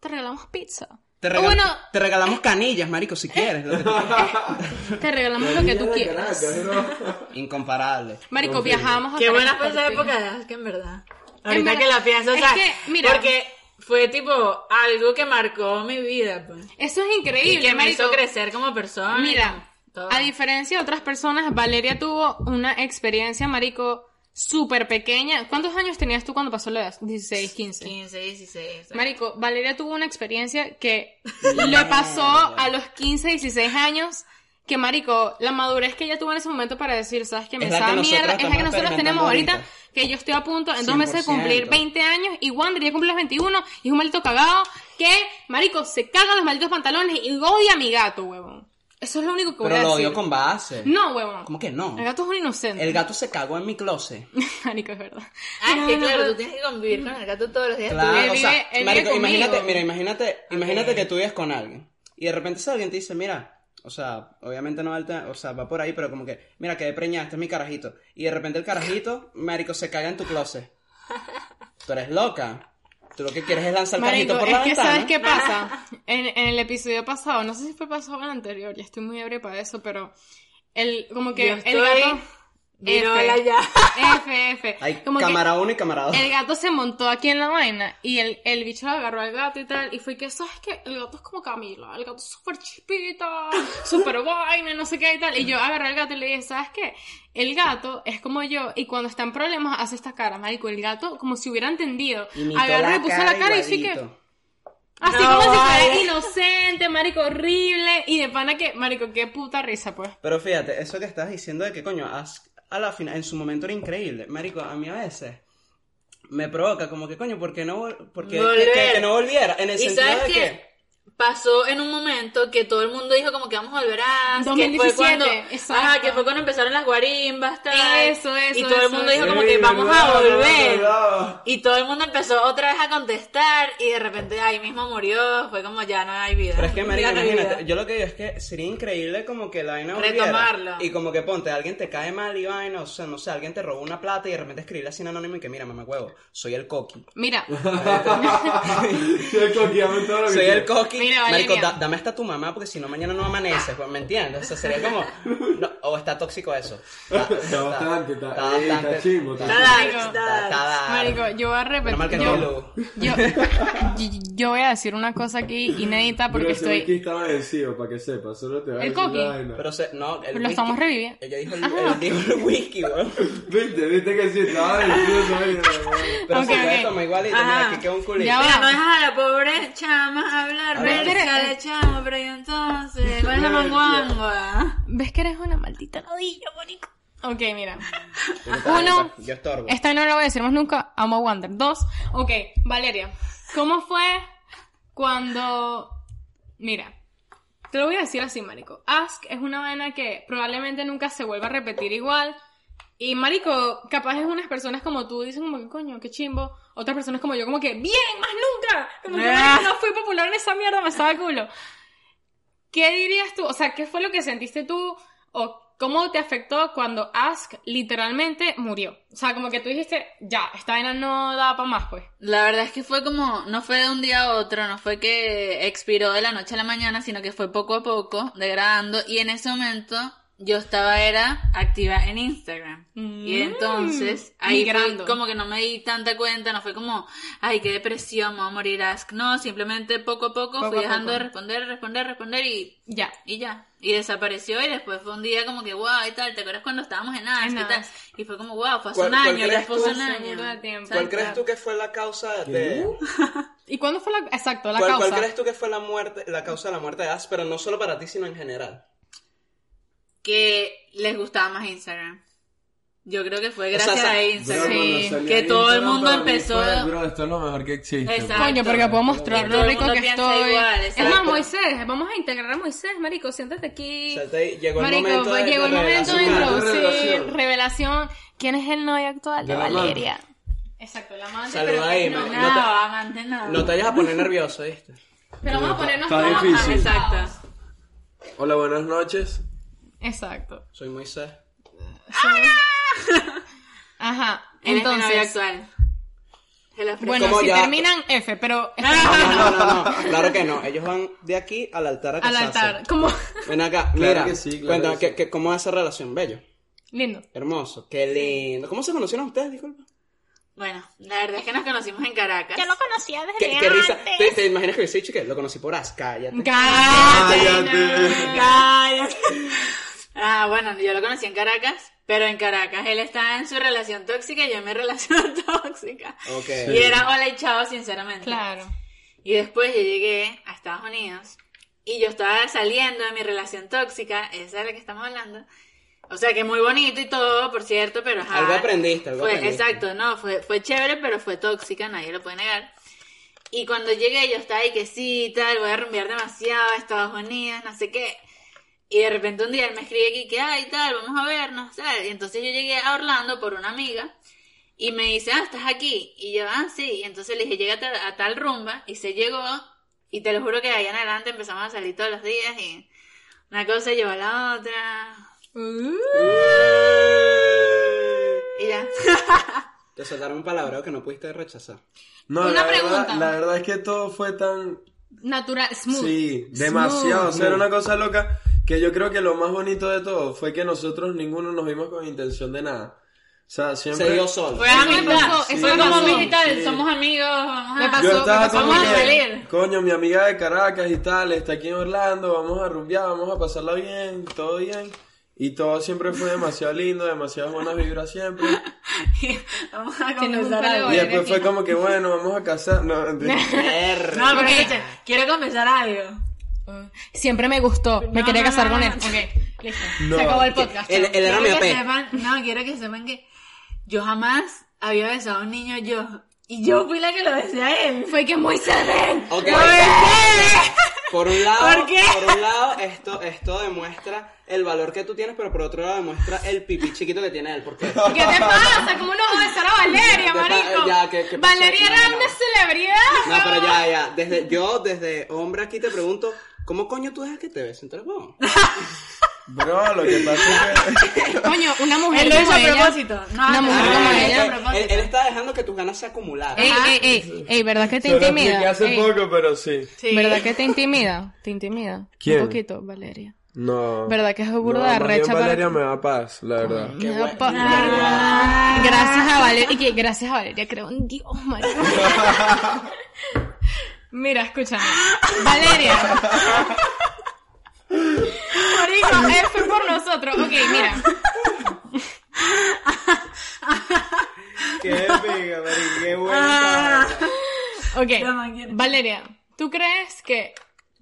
te regalamos pizza. Te, o regal- Oh, bueno, te regalamos canillas, marico, si quieres. lo que tú quieras. te regalamos lo que tú quieras. Incomparable. Marico, viajamos a Qué buena fue Caracas, esa Portu. época de Alaska, en verdad. Ahorita verdad. que la pienso, o Es sea, que, mira. porque fue tipo algo que marcó mi vida, pues. Eso es Y increíble, que me marico. hizo crecer como persona. y Mira, todo. a diferencia de otras personas, Valeria tuvo una experiencia, marico, súper pequeña. ¿Cuántos años tenías tú cuando pasó la edad? 16, 15. 15, 16. o sea. Marico, Valeria tuvo una experiencia que le pasó a los 15, 16 años. Que marico, la madurez que ella tuvo en ese momento para decir, sabes que me Es la que sabe nosotros mierda, es la que estamos nosotros tenemos experimentando ahorita, ahorita. que yo estoy a punto en dos meses de cumplir 100%. 20 años y Wander ya cumple los 21 y es un maldito cagado que, marico, se cagan los malditos pantalones y odia a mi gato, huevón. Eso es lo único que voy Pero a lo decir. odio con base. No, huevón. ¿Cómo que no? El gato es un inocente. El gato se cagó en mi closet. marico, es verdad. Ah, es que No, no, claro, no. tú tienes que convivir con el gato todos los días. Claro, Él o sea, vive- él marico, vive conmigo. imagínate, mira, imagínate, imagínate que tú vives con alguien y de repente ese alguien te dice, mira, o sea, obviamente no va, al te- o sea, va por ahí, pero como que, mira, quedé preñada, este es mi carajito. Y de repente el carajito, marico, se caga en tu closet. Tú eres loca. Tú lo que quieres es lanzar el Marico, carajito por es la que ventana. ¿sabes qué Ah. pasa? En, en el episodio pasado, no sé si fue pasado o el anterior, ya estoy muy ebria para eso, pero el, como que Yo el estoy- gato... Virola ya. F, F. Hay como que cámara 1 y cámara 2. el gato se montó aquí en la vaina y el, el bicho lo agarró al gato y tal, y fue que, ¿sabes qué? El gato es como Camila, el gato es súper chispita, súper vaina, no sé qué y tal. Y yo agarré al gato y le dije, ¿sabes qué? El gato es como yo, y cuando está en problemas hace esta cara, marico, el gato como si hubiera entendido. Agarró y puso la cara y sí que... Así No, como si fuera vale. inocente, marico, horrible. Y de pana que, marico, qué puta risa, pues. Pero fíjate, eso que estás diciendo de que coño, Ask, a la final, en su momento era increíble. Marico, a mí a veces me provoca como que coño, ¿por qué no, vol- por qué- Volver. que, que- que no volviera? En el ¿Y sentido sabes de qué? que. Pasó en un momento que todo el mundo dijo como que vamos a volver a... Que fue 2017, cuando, exacto. ajá, que fue cuando empezaron las guarimbas, tal. Eso, eso, Y todo el eso, mundo eso. dijo como que vamos a volver. Y todo el mundo empezó otra vez a contestar y de repente ahí mismo murió, fue como ya no hay vida. Pero es que, marico, Ya no hay imagínate, vida. yo lo que digo es que sería increíble como que la vaina volviera. Retomarlo. Y como que ponte, alguien te cae mal y vaina, o sea, no sé, alguien te robó una plata y de repente escribirle así en anónimo y que mira, mamá huevo, soy el coqui. Mira, Yo coqueame todo lo que Soy el quiera. coqui. Mira, Valeria. Marico, da- dame hasta tu mamá porque si no mañana no amaneces, pues, ¿me entiendes? O sea, sería como... no, o está tóxico eso. Está, Está bastante, está, está eh, está bastante- chimbo, está Está chimbo. dark, Marico. está dark. dark. marico, yo voy a Menos mal que repetir. no hay Yo, luz. yo, yo, yo voy a decir una cosa aquí inédita porque Pero ese whisky estoy. estaba vencido, para que sepas, solo te va a ¿El decir coqui? la vaina. Pero se, no, el Lo estamos whisky. reviviendo. Ella dijo el, él dijo el whisky, weón. Viste, viste que sí, estaba vencido esa vaina. Pero Ok, se puede ok. tomar igualito, Ajá. mira, que queda un culito. Ya va. Mira, no dejas a la pobre chama hablar, ver. verga de chamo, pero y entonces, ¿cuál es la manguangua? ¿Ves que eres una maldita rodilla, marico? Ok, mira. Ahorita, Uno. ahorita, pues, Yo estorbo. Esta no la voy a decir más nunca. Amo a Wander. Dos. Ok, Valeria. ¿Cómo fue cuando. Mira. Te lo voy a decir así, marico. Ask es una vaina que probablemente nunca se vuelva a repetir igual. Y, marico, capaz es unas personas como tú dicen como que, coño, qué chimbo. Otras personas como yo como que, bien, más nunca. Como que, Ah. marico, no fui popular en esa mierda, me estaba culo. ¿Qué dirías tú? O sea, ¿qué fue lo que sentiste tú? ¿O cómo te afectó cuando Ask literalmente murió? O sea, como que tú dijiste, ya, esta vaina no da para más, pues. La verdad es que fue como, no fue de un día a otro, no fue que expiró de la noche a la mañana, sino que fue poco a poco, degradando, y en ese momento yo estaba, era activa en Instagram. Y entonces, Mm, ahí fue migrando. como que no me di tanta cuenta, no fue como, ay, qué depresión, me voy a morir, ask. No, simplemente poco a poco, Poco fui a dejando poco. de responder, responder, responder y, Ya. y ya. Y desapareció y después fue un día como que, wow, y tal, ¿te acuerdas cuando estábamos en ask En y tal? Ask. Y fue como, wow, fue hace ¿Cuál- un cuál año, ya crees fue hace tú? un Hace año. burda de ¿Sabes? tiempo. Pues, ¿Cuál crees tú que fue la causa de.? ¿Qué? ¿Y cuándo fue la... Exacto, la ¿Cuál, causa? cuál crees tú que fue la muerte, la causa de la muerte de As? Pero no solo para ti, sino en general. que les gustaba más Instagram. Yo creo que fue O sea, gracias sa- a Bro, Instagram. cuando Sí, salió que todo el Instagram, mundo para mí empezó- fue, Bro, esto es lo mejor que existe. Exacto. bro. Coño, porque puedo mostrar Todo lo el rico mundo que piensa estoy. igual, es exacto. más, Moisés, vamos a integrar a Moisés, marico, siéntate O aquí. sea, te- llegó el marico, pues, momento de. llegó el de momento de relacionar. introducir- introducir Revelación. revelación. ¿Quién es el novio actual de, De la amante. Valeria? Exacto, la amante. Saluda pero ahí, que no, marico. nada. No te- amante, no. No te vayas a poner nervioso, ¿viste? Pero vamos a ponernos Está todos difícil. más pesados. Exacto. Hola, buenas noches. Exacto. Soy Moisés. Ajá. Entonces, Entonces, este actual. Se los bueno, Como si ya- terminan F, pero No, no, no, no, claro que no. Ellos van de aquí al altar a al casarse. altar. Como Ven acá, Claro mira. que sí, claro cuéntame, que ¿qué- qué- ¿cómo es esa relación? Bello. lindo. Hermoso. Qué lindo. ¿Cómo se conocieron ustedes? Disculpa. Bueno, la verdad es que nos conocimos en Caracas. conocía desde ¿Qué, qué risa. ¿Te, te imaginas que hubiese dicho que lo conocí por As? Cállate. Cállate. Cállate. Ah, bueno, yo lo conocí en Caracas, pero en Caracas él estaba en su relación tóxica y yo en mi relación tóxica. Ok. Y era hola y chao, sinceramente. Claro. Y después yo llegué a Estados Unidos y yo estaba saliendo de mi relación tóxica, esa de la que estamos hablando. O sea que muy bonito y todo, por cierto, pero ajá. Algo aprendiste, algo Fue- aprendiste. Exacto, no, fue, fue chévere, pero fue tóxica, nadie lo puede negar. Y cuando llegué yo estaba ahí que sí, tal, voy a rumbear demasiado a Estados Unidos, no sé qué. Y de repente un día él me escribe aquí que, ay, tal, vamos a vernos, tal. Y entonces yo llegué a Orlando por una amiga y me dice, ah, estás aquí. Y yo, ah, sí. Y entonces le dije, llega a, tal- a tal rumba. Y se llegó. Y te lo juro que de ahí en adelante empezamos a salir todos los días. Y una cosa llevó a la otra. Uh. Y ya. Te soltaron un palabreo que no pudiste rechazar. No, Una la verdad- pregunta. la verdad es que todo fue tan Natural, smooth. Sí, demasiado. O sea, era Smooth. una cosa loca que yo creo que lo más bonito de todo fue que nosotros ninguno nos vimos con intención de nada. O sea, siempre. Se dio solo. Fue Eso me amistad. pasó, eso fue me como pasó. amistad. Sí. Somos amigos. Vamos a... Me pasó. yo me estaba pasó como muy que, bien. coño, mi amiga de Caracas y tal, está aquí en Orlando, vamos a rumbear, vamos a pasarla bien, todo bien. Y todo siempre fue demasiado lindo, demasiadas buenas vibras siempre. Vamos a Que nos confesar gusta algo. Y Bueno, después aquí. fue como que, bueno, vamos a casar. No, mentira. Mierda. No, pero escucha, quiero confesar algo. Siempre me gustó. Me No, quería no, casar no, con no. él. Ok, listo. No. Se acabó el podcast. Él, chao. él era mi quiero que AP. sepan, no, quiero que sepan que yo jamás había besado a un niño yo. Y yo fui la que lo besé a él. Fue que muy ven. Ok. ¡Lo besé! Por un lado, ¿Por qué? por un lado esto, esto demuestra el valor que tú tienes, pero por otro lado demuestra el pipí chiquito que tiene él. Porque ¿Qué te pasa? ¿Cómo no vas a besar a Valeria, Te pa- marico? ya, ¿qué- qué pasó? Valeria No, era no. una celebridad. No, pero ya, ya. Desde, yo, desde hombre aquí, te pregunto, ¿cómo coño tú dejas que te besen tres huevos? Bro, lo que pasa es que. Coño, una mujer Él lo hizo como a ella- propósito. No, Una no, mujer no, como no, ella. no, no, no. Ah, él, él está dejando que tus ganas se acumularan. Ey, ey, ey, ey, ¿verdad que te Se lo expliqué intimida? hace Ey, poco, pero sí. Sí. ¿Verdad que te intimida? ¿Te intimida? ¿Quién? Un poquito, Valeria. No. ¿Verdad que es burda de No, más bien arrecha para Valeria ti? me da paz, la verdad. Qué Me da bueno. paz. Gracias a Valeria. Y que gracias a Valeria creo en Dios, marico. Mira, escúchame. Valeria. Marico, F por nosotros. Ok, mira. Qué pega, qué Ok. Valeria, ¿tú crees que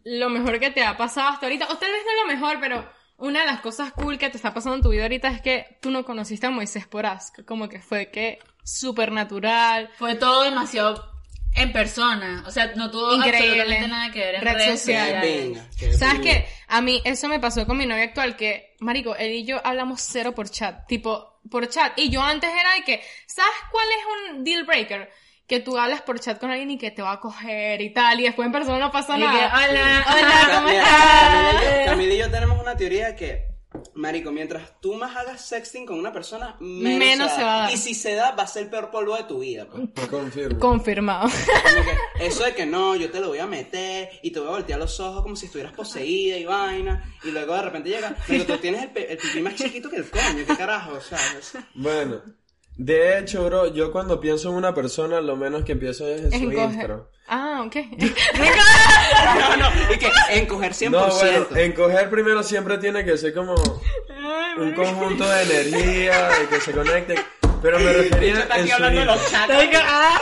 lo mejor que te ha pasado hasta ahorita, o tal vez no lo mejor, pero una de las cosas cool que te está pasando en tu vida ahorita es que tú no conociste a Moisés por Ask, como que fue que supernatural, Fue todo demasiado en persona. O sea, no tuvo increíble, absolutamente nada que ver en red redes social. sociales. Venga, qué ¿Sabes bueno. qué? A mí eso me pasó con mi novia actual, que, marico, él y yo hablamos cero por chat, tipo, por chat. Y yo antes era de que, ¿sabes cuál es un deal breaker? que tú hablas por chat con alguien y que te va a coger y tal, y después en persona no pasa Y que, nada. hola, hola, Hola, ¿cómo Mira, Camila y yo- estás? Camila y yo tenemos una teoría de que, marico, mientras tú más hagas sexting con una persona, menos, Menos da. se va a dar. Y si se da, va a ser el peor polvo de tu vida. pues. Confirmo. Confirmado. Como que eso de que no, yo te lo voy a meter y te voy a voltear los ojos como si estuvieras poseída y vaina. Y luego de repente llega, pero tú tienes el, pe- el pipí más chiquito que el coño, qué carajo, ¿sabes? Bueno, de hecho, bro, yo cuando pienso en una persona, lo menos que pienso es en Es su encoger. intro. Ah, ok. No, no, y que encoger 100%. No, bueno, encoger primero siempre tiene que ser como un conjunto de energía, de que se conecten. Pero me refería Está en aquí su hablando de intro. los chacos. ah.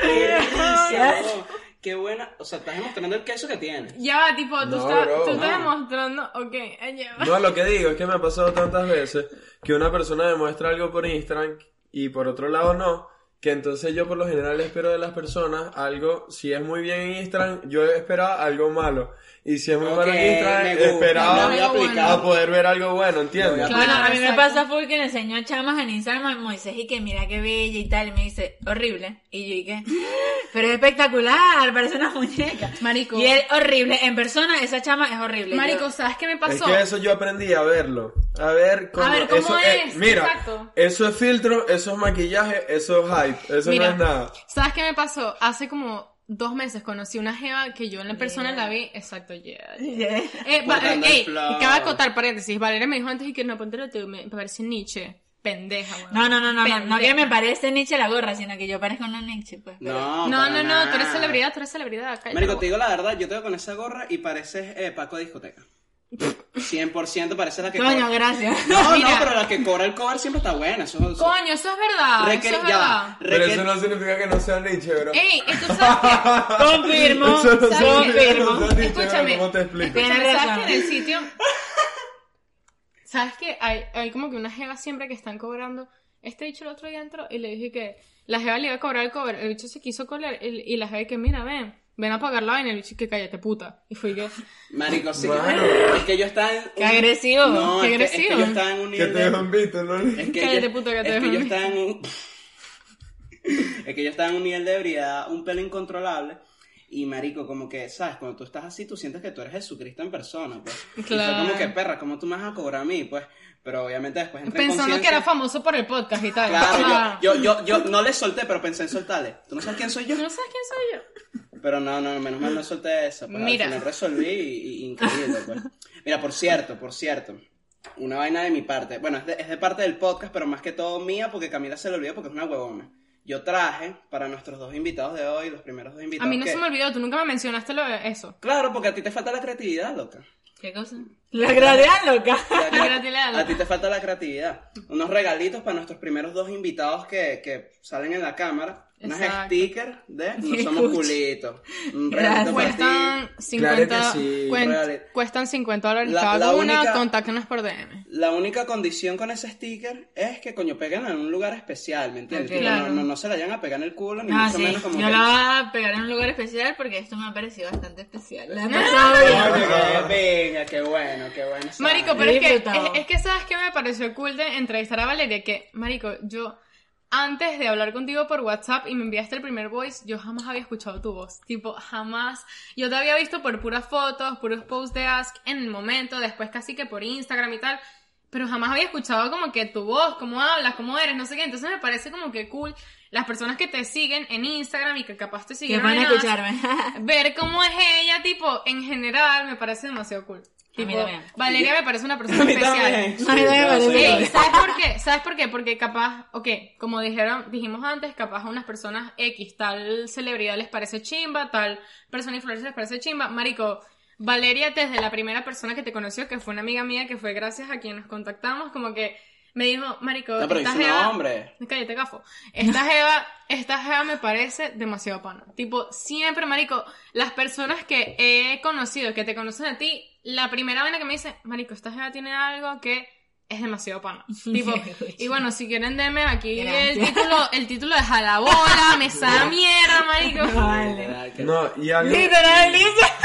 Qué delicia, bro. Qué buena, o sea, estás demostrando el queso que tienes. ya va, tipo, tú, No, estás, bro, tú estás no. demostrando. Ok, eh, ya va. No, lo que digo es que me ha pasado tantas veces que una persona demuestra algo por Instagram y por otro lado no, que entonces yo por lo general espero de las personas algo, si es muy bien en Instagram, yo esperaba algo malo. Y si es muy malo Ok, en Instagram, me gusta, esperaba lo voy a aplicar. a poder ver algo bueno, ¿entiendes? Bueno, a mí me Exacto. pasa fue que le enseñó chamas en Instagram a Moisés y que mira qué bella y tal. Y me dice, horrible. Y yo y que, pero es espectacular, parece una muñeca. Marico. Y él, horrible. En persona, esa chama es horrible. Marico, Yo- ¿sabes qué me Es pasó? que eso yo aprendí a verlo. A ver cómo, ver cómo eso eh, es, mira, exacto. eso es filtro, eso es maquillaje, eso es hype, eso Mira, no es nada. ¿Sabes qué me pasó? Hace como dos meses conocí una jeva que yo en la persona la vi. Exacto, yeah. Yeah. Eh, va- Cortando eh, el ey, flow. acaba de acotar paréntesis. Valeria me dijo antes y que no ponte lo tuyo, me parece Nietzsche. Pendeja, weón. No, no, no, no, no, Pendeja. no que me parece Nietzsche la gorra, sino que yo parezco una Nietzsche, pues. No, No, para no, no, nada. tú eres celebridad, tú eres celebridad. cállate, Marico, weón. te digo la verdad, yo te veo con esa gorra y pareces eh, Paco Discoteca. 100% pareces la que Coño, cobra. gracias. No, Mira. no, pero la que cobra el cover siempre está buena. Eso, eso- Coño, eso es verdad. Requer- Eso ya es verdad. va, Pero requer- eso no significa que no sea Nietzsche, bro. Ey, esto sabes Confirmo. Eso no ¿sabes significa qué? que no sea Nietzsche, bro, Escúchame. ¿Cómo te explico? que, Tienes ¿sabes razón. que en el sitio. ¿Sabes que hay, hay como que unas jevas siempre que están cobrando? Este bicho el otro día entró y le dije que la jeva le iba a cobrar el cover. El bicho se quiso colar y, y la jeva que, mira, ven, ven a pagar la vaina. El bicho que cállate, puta. Y fui que. Marico, sí. Mano. Es que yo estaba en. Qué agresivo. No, qué es que- es que, agresivo. yo estaba en un Que nivel. te de- dejan visto, ¿no? Es que Cállate, yo, puto, que te es dejo que yo en- estaba en un. es que yo estaba en un nivel de ebriedad, un pelo incontrolable. Y marico, como que, ¿sabes? Cuando tú estás así, tú sientes que tú eres Jesucristo en persona, pues. Y fue Claro. como que, perra, ¿cómo tú me vas a cobrar a mí? Pues, pero obviamente después entré en Pensando que conciencia. era famoso por el podcast y tal. Claro, Ah. yo, yo, yo, yo no le solté, pero pensé en soltarle. Tú no sabes quién soy yo. ¿No sabes quién soy yo? Pero no, no, menos mal no solté eso. Pues, Mira. Al final resolví y, y increíble, pues. Mira, por cierto, por cierto. Una vaina de mi parte. Bueno, es de, es de parte del podcast, pero más que todo mía, porque Camila se lo olvidó porque es una huevona. Yo traje para nuestros dos invitados de hoy, los primeros dos A invitados. mí no que- se me olvidó, tú nunca me mencionaste lo de eso. Claro, porque a ti te falta la creatividad, loca. ¿Qué cosa? La gravedad loca. La crea- creatividad, loca. A ti te falta la creatividad. Unos regalitos para nuestros primeros dos invitados que, que salen en la cámara. Unos Exacto. stickers de No somos Escucha. culitos. Un regalito para ti. Cuestan Claro 50, que sí, cuen- vale. cuestan 50 dólares La- cada la una, única- contáctenos por DM. La única condición con ese sticker es que coño peguen en un lugar especial, ¿me entiendes? Ok. Tipo, no- Claro. no, no se la vayan a pegar en el culo, ni Ah, mucho sí. menos como Yo que- la voy a pegar en un lugar especial porque esto me ha parecido bastante especial. La Coño, pasado qué venga, qué bueno, qué bueno. Marico, Lo pero es he que, disfrutado. es, es que sabes que me pareció cool de entrevistar a Valeria, que, Marico, yo antes de hablar contigo por WhatsApp y me enviaste el primer voice, yo jamás había escuchado tu voz, tipo, jamás. Yo te había visto por puras fotos, puros posts de Ask en el momento, después casi que por Instagram y tal, pero jamás había escuchado como que tu voz, cómo hablas, cómo eres, no sé qué, entonces me parece como que cool las personas que te siguen en Instagram y que capaz te Que siguen van a escucharme. ver cómo es ella, tipo, en general, me parece demasiado cool. Tipo, mí también. Valeria me parece una persona A mí especial. también. No, no, yo no, soy- Ey, ¿Sabes por qué? ¿Sabes por qué? Porque capaz, ok, como dijeron, dijimos antes, capaz a unas personas X, tal celebridad les parece chimba, tal persona influencer les parece chimba. Marico, Valeria desde la primera persona que te conoció, que fue una amiga mía, que fue gracias a quien nos contactamos, como que me dijo, Marico, No, pero esta dice, jeva- no, hombre. Cállate, gafo. Esta jeva, esta jeva me parece demasiado pana. Tipo, siempre, marico, las personas que he conocido, que te conocen a ti, la primera vaina que me dice, marico, esta jeva tiene algo que es demasiado pana. Tipo, y bueno, si quieren deme aquí el Gracias. título, el título de jalabola, me sabe a mierda, marico. Vale. Literal, que- No, y algo, Literal, Lisa.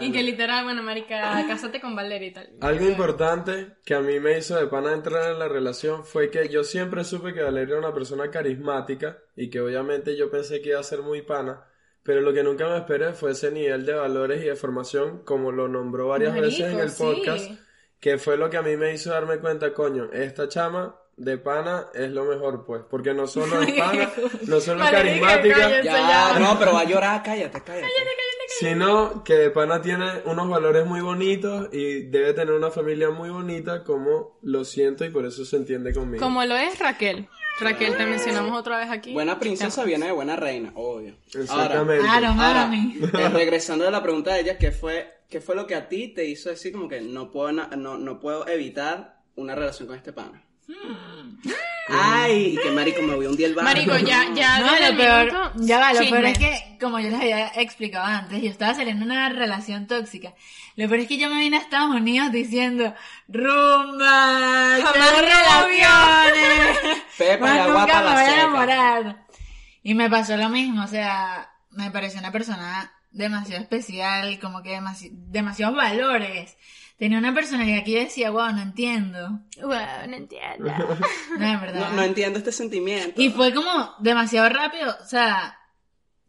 Y que literal, bueno, marica, cásate con Valeria y tal. Algo importante que a mí me hizo de pana entrar en la relación fue que yo siempre supe que Valeria era una persona carismática y que obviamente yo pensé que iba a ser muy pana, pero lo que nunca me esperé fue ese nivel de valores y de formación, como lo nombró varias veces en Marico, el sí. podcast, que fue lo que a mí me hizo darme cuenta, coño, esta chama de pana es lo mejor, pues, porque no solo es pana, no solo es Valeria, carismática, cállate. Ya, no, pero va a llorar, cállate, cállate. sino que de pana tiene unos valores muy bonitos y debe tener una familia muy bonita como lo siento y por eso se entiende conmigo. Como lo es Raquel. Raquel, te mencionamos otra vez aquí. Buena princesa viene de buena reina, obvio. Ahora, Exactamente. Claro, Ah, ahora, mami. eh, regresando a la pregunta de ella, ¿qué fue, ¿qué fue lo que a ti te hizo decir como que no puedo, na- no, no puedo evitar una relación con este pana? Ay, que marico, me voy un día el barrio. Hmm. Marico, ya, ya. No, desde lo el peor, minuto- ya va, lo Chisme. peor es que, como yo les había explicado antes, yo estaba saliendo de una relación tóxica. Lo peor es que yo me vine a Estados Unidos diciendo, rumba, Jamás quiero relaciones, Pepa, más ya nunca guapa me la voy a seca. enamorar. Y me pasó lo mismo, o sea, me pareció una persona demasiado especial, como que demasi- demasiados valores. Tenía una personalidad que yo decía, wow, no entiendo. Wow, no entiendo. No, en verdad. No, no entiendo este sentimiento. Y fue como demasiado rápido, o sea,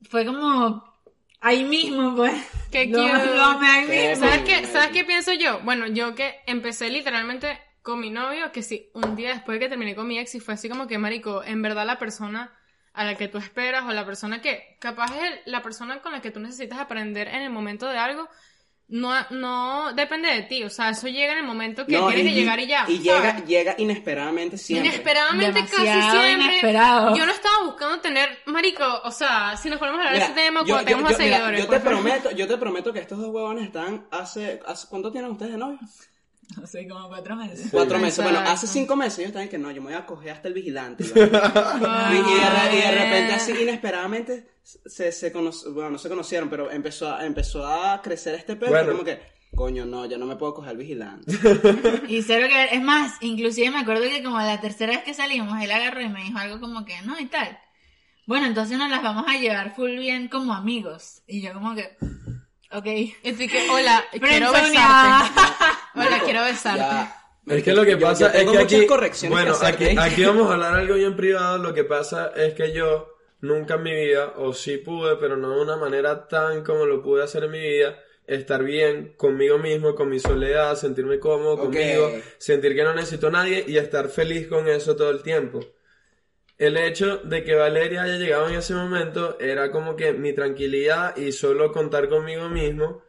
fue como ahí mismo, pues. Qué Lo- cute. lo amé ahí Qué mismo. ¿Sabes Ay, qué, marico. ¿Sabes qué pienso yo? Bueno, yo que empecé literalmente con mi novio, que sí, un día después que terminé con mi ex y fue así como que, marico, en verdad la persona a la que tú esperas o la persona que, capaz es el- la persona con la que tú necesitas aprender en el momento de algo, no, no depende de ti, o sea, eso llega en el momento que No, tienes y- que llegar y ya. Y ¿sabes? llega, llega inesperadamente siempre. Inesperadamente Demasiado casi siempre. inesperado. Yo no estaba buscando tener, marico, o sea, si nos ponemos a hablar de Mira, ese tema yo- cuando yo- tengamos yo- mira, seguidores. yo por te favor. prometo, yo te prometo que estos dos huevones están hace, hace ¿cuánto tienen ustedes de novio? No sé, como cuatro meses. Cuatro meses. Bueno, Exacto. hace cinco meses ellos estaban que no, yo me voy a coger hasta el vigilante. y, de, re- y de repente así inesperadamente se, se cono- bueno, no se conocieron, pero empezó a, empezó a crecer este pedo Bueno. como que, coño, no, yo no me puedo coger al vigilante. Y cero que ver. Es más, inclusive me acuerdo que como la tercera vez que salimos, él agarró y me dijo algo como que, no, y tal. Bueno, entonces nos las vamos a llevar full bien como amigos. Y yo como que, ok. Ah, Así que, hola, quiero Friendzoneada. besarte. Hola, quiero besarte. Ya. Es que lo que Yo- yo pasa tengo es que muchas aquí, correcciones bueno, que hacer, ¿eh? aquí, ¿ok? aquí vamos a hablar algo bien privado. Lo que pasa es que yo nunca en mi vida, o sí pude, pero no de una manera tan como lo pude hacer en mi vida, estar bien conmigo mismo, con mi soledad, sentirme cómodo Ok. conmigo, sentir que no necesito a nadie y estar feliz con eso todo el tiempo. El hecho de que Valeria haya llegado en ese momento era como que mi tranquilidad y solo contar conmigo mismo.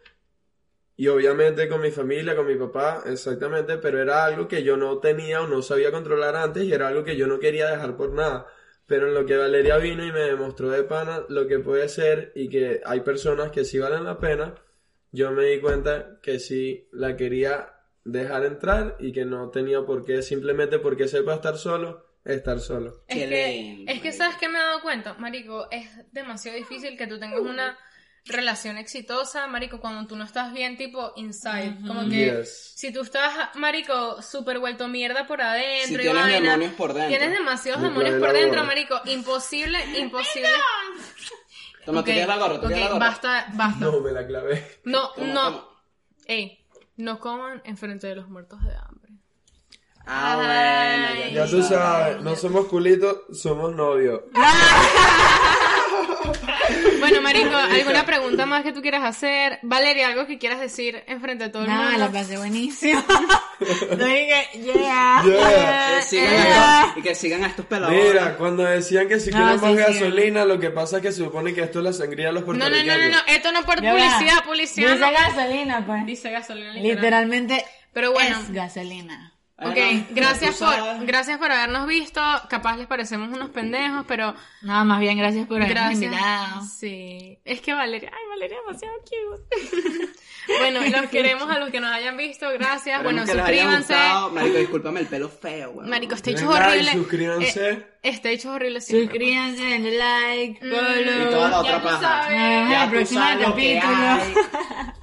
Y obviamente con mi familia, con mi papá, exactamente, pero era algo que yo no tenía o no sabía controlar antes y era algo que yo no quería dejar por nada. Pero en lo que Valeria vino y me demostró de pana lo que puede ser y que hay personas que sí valen la pena, yo me di cuenta que sí la quería dejar entrar y que no tenía por qué, simplemente porque sepa estar solo, estar solo. Es Qué que, lindo, es que, marico. ¿sabes qué me he dado cuenta? Marico, es demasiado difícil que tú tengas una relación exitosa, Marico, cuando tú no estás bien, tipo inside. Como que Yes. si tú estás, Marico, súper vuelto mierda por adentro Si y tienes vaina, demonios por dentro. Tienes demasiados Me demonios clavé por la dentro, gorra. Marico. Imposible, imposible. Toma, te Ok, quedas la gorra, te ok, quedas la gorra. basta, basta. No, me la clavé. No, Toma, no. toma. Ey, no coman enfrente de los muertos de hambre. Ah, bueno, Ay. Ya tú sabes, no somos culitos, somos novios. Bueno, Marico, ¿alguna pregunta más que tú quieras hacer? Valeria, ¿algo que quieras decir enfrente de todo el Nada, mundo? la pasé buenísimo. Yo dije, yeah. Yeah. Que sigan Eh. a estos- y que sigan a estos peladores. Mira, cuando decían que si No, queremos sí, sí. gasolina, lo que pasa es que se supone que esto es la sangría de los No, no, puertorriqueños. no, no, no, esto no por Ya va. publicidad, publicidad. Dice no. gasolina, pues. Dice gasolina literal. Literalmente Pero bueno. es gasolina. Ah, Ok, no, gracias tú por, sabes. gracias por habernos visto. Capaz les parecemos unos pendejos, pero No, más bien gracias por habernos invitado. gracias. Sí. Es que Valeria, ay, Valeria, demasiado cute. bueno, los queremos a los que nos hayan visto. Gracias. Esperemos Bueno, que les haya suscríbanse. gustado. Marico, discúlpame el pelo feo, weón. Marico, este Denle hecho es horrible. like, suscríbanse. Eh, este hecho es horrible siempre. Suscríbanse, denle like, follow. Mm. Y toda la Ya otra tú paja. sabes. Nos vemos en Ya el tú próximo sabes lo que capítulo. hay.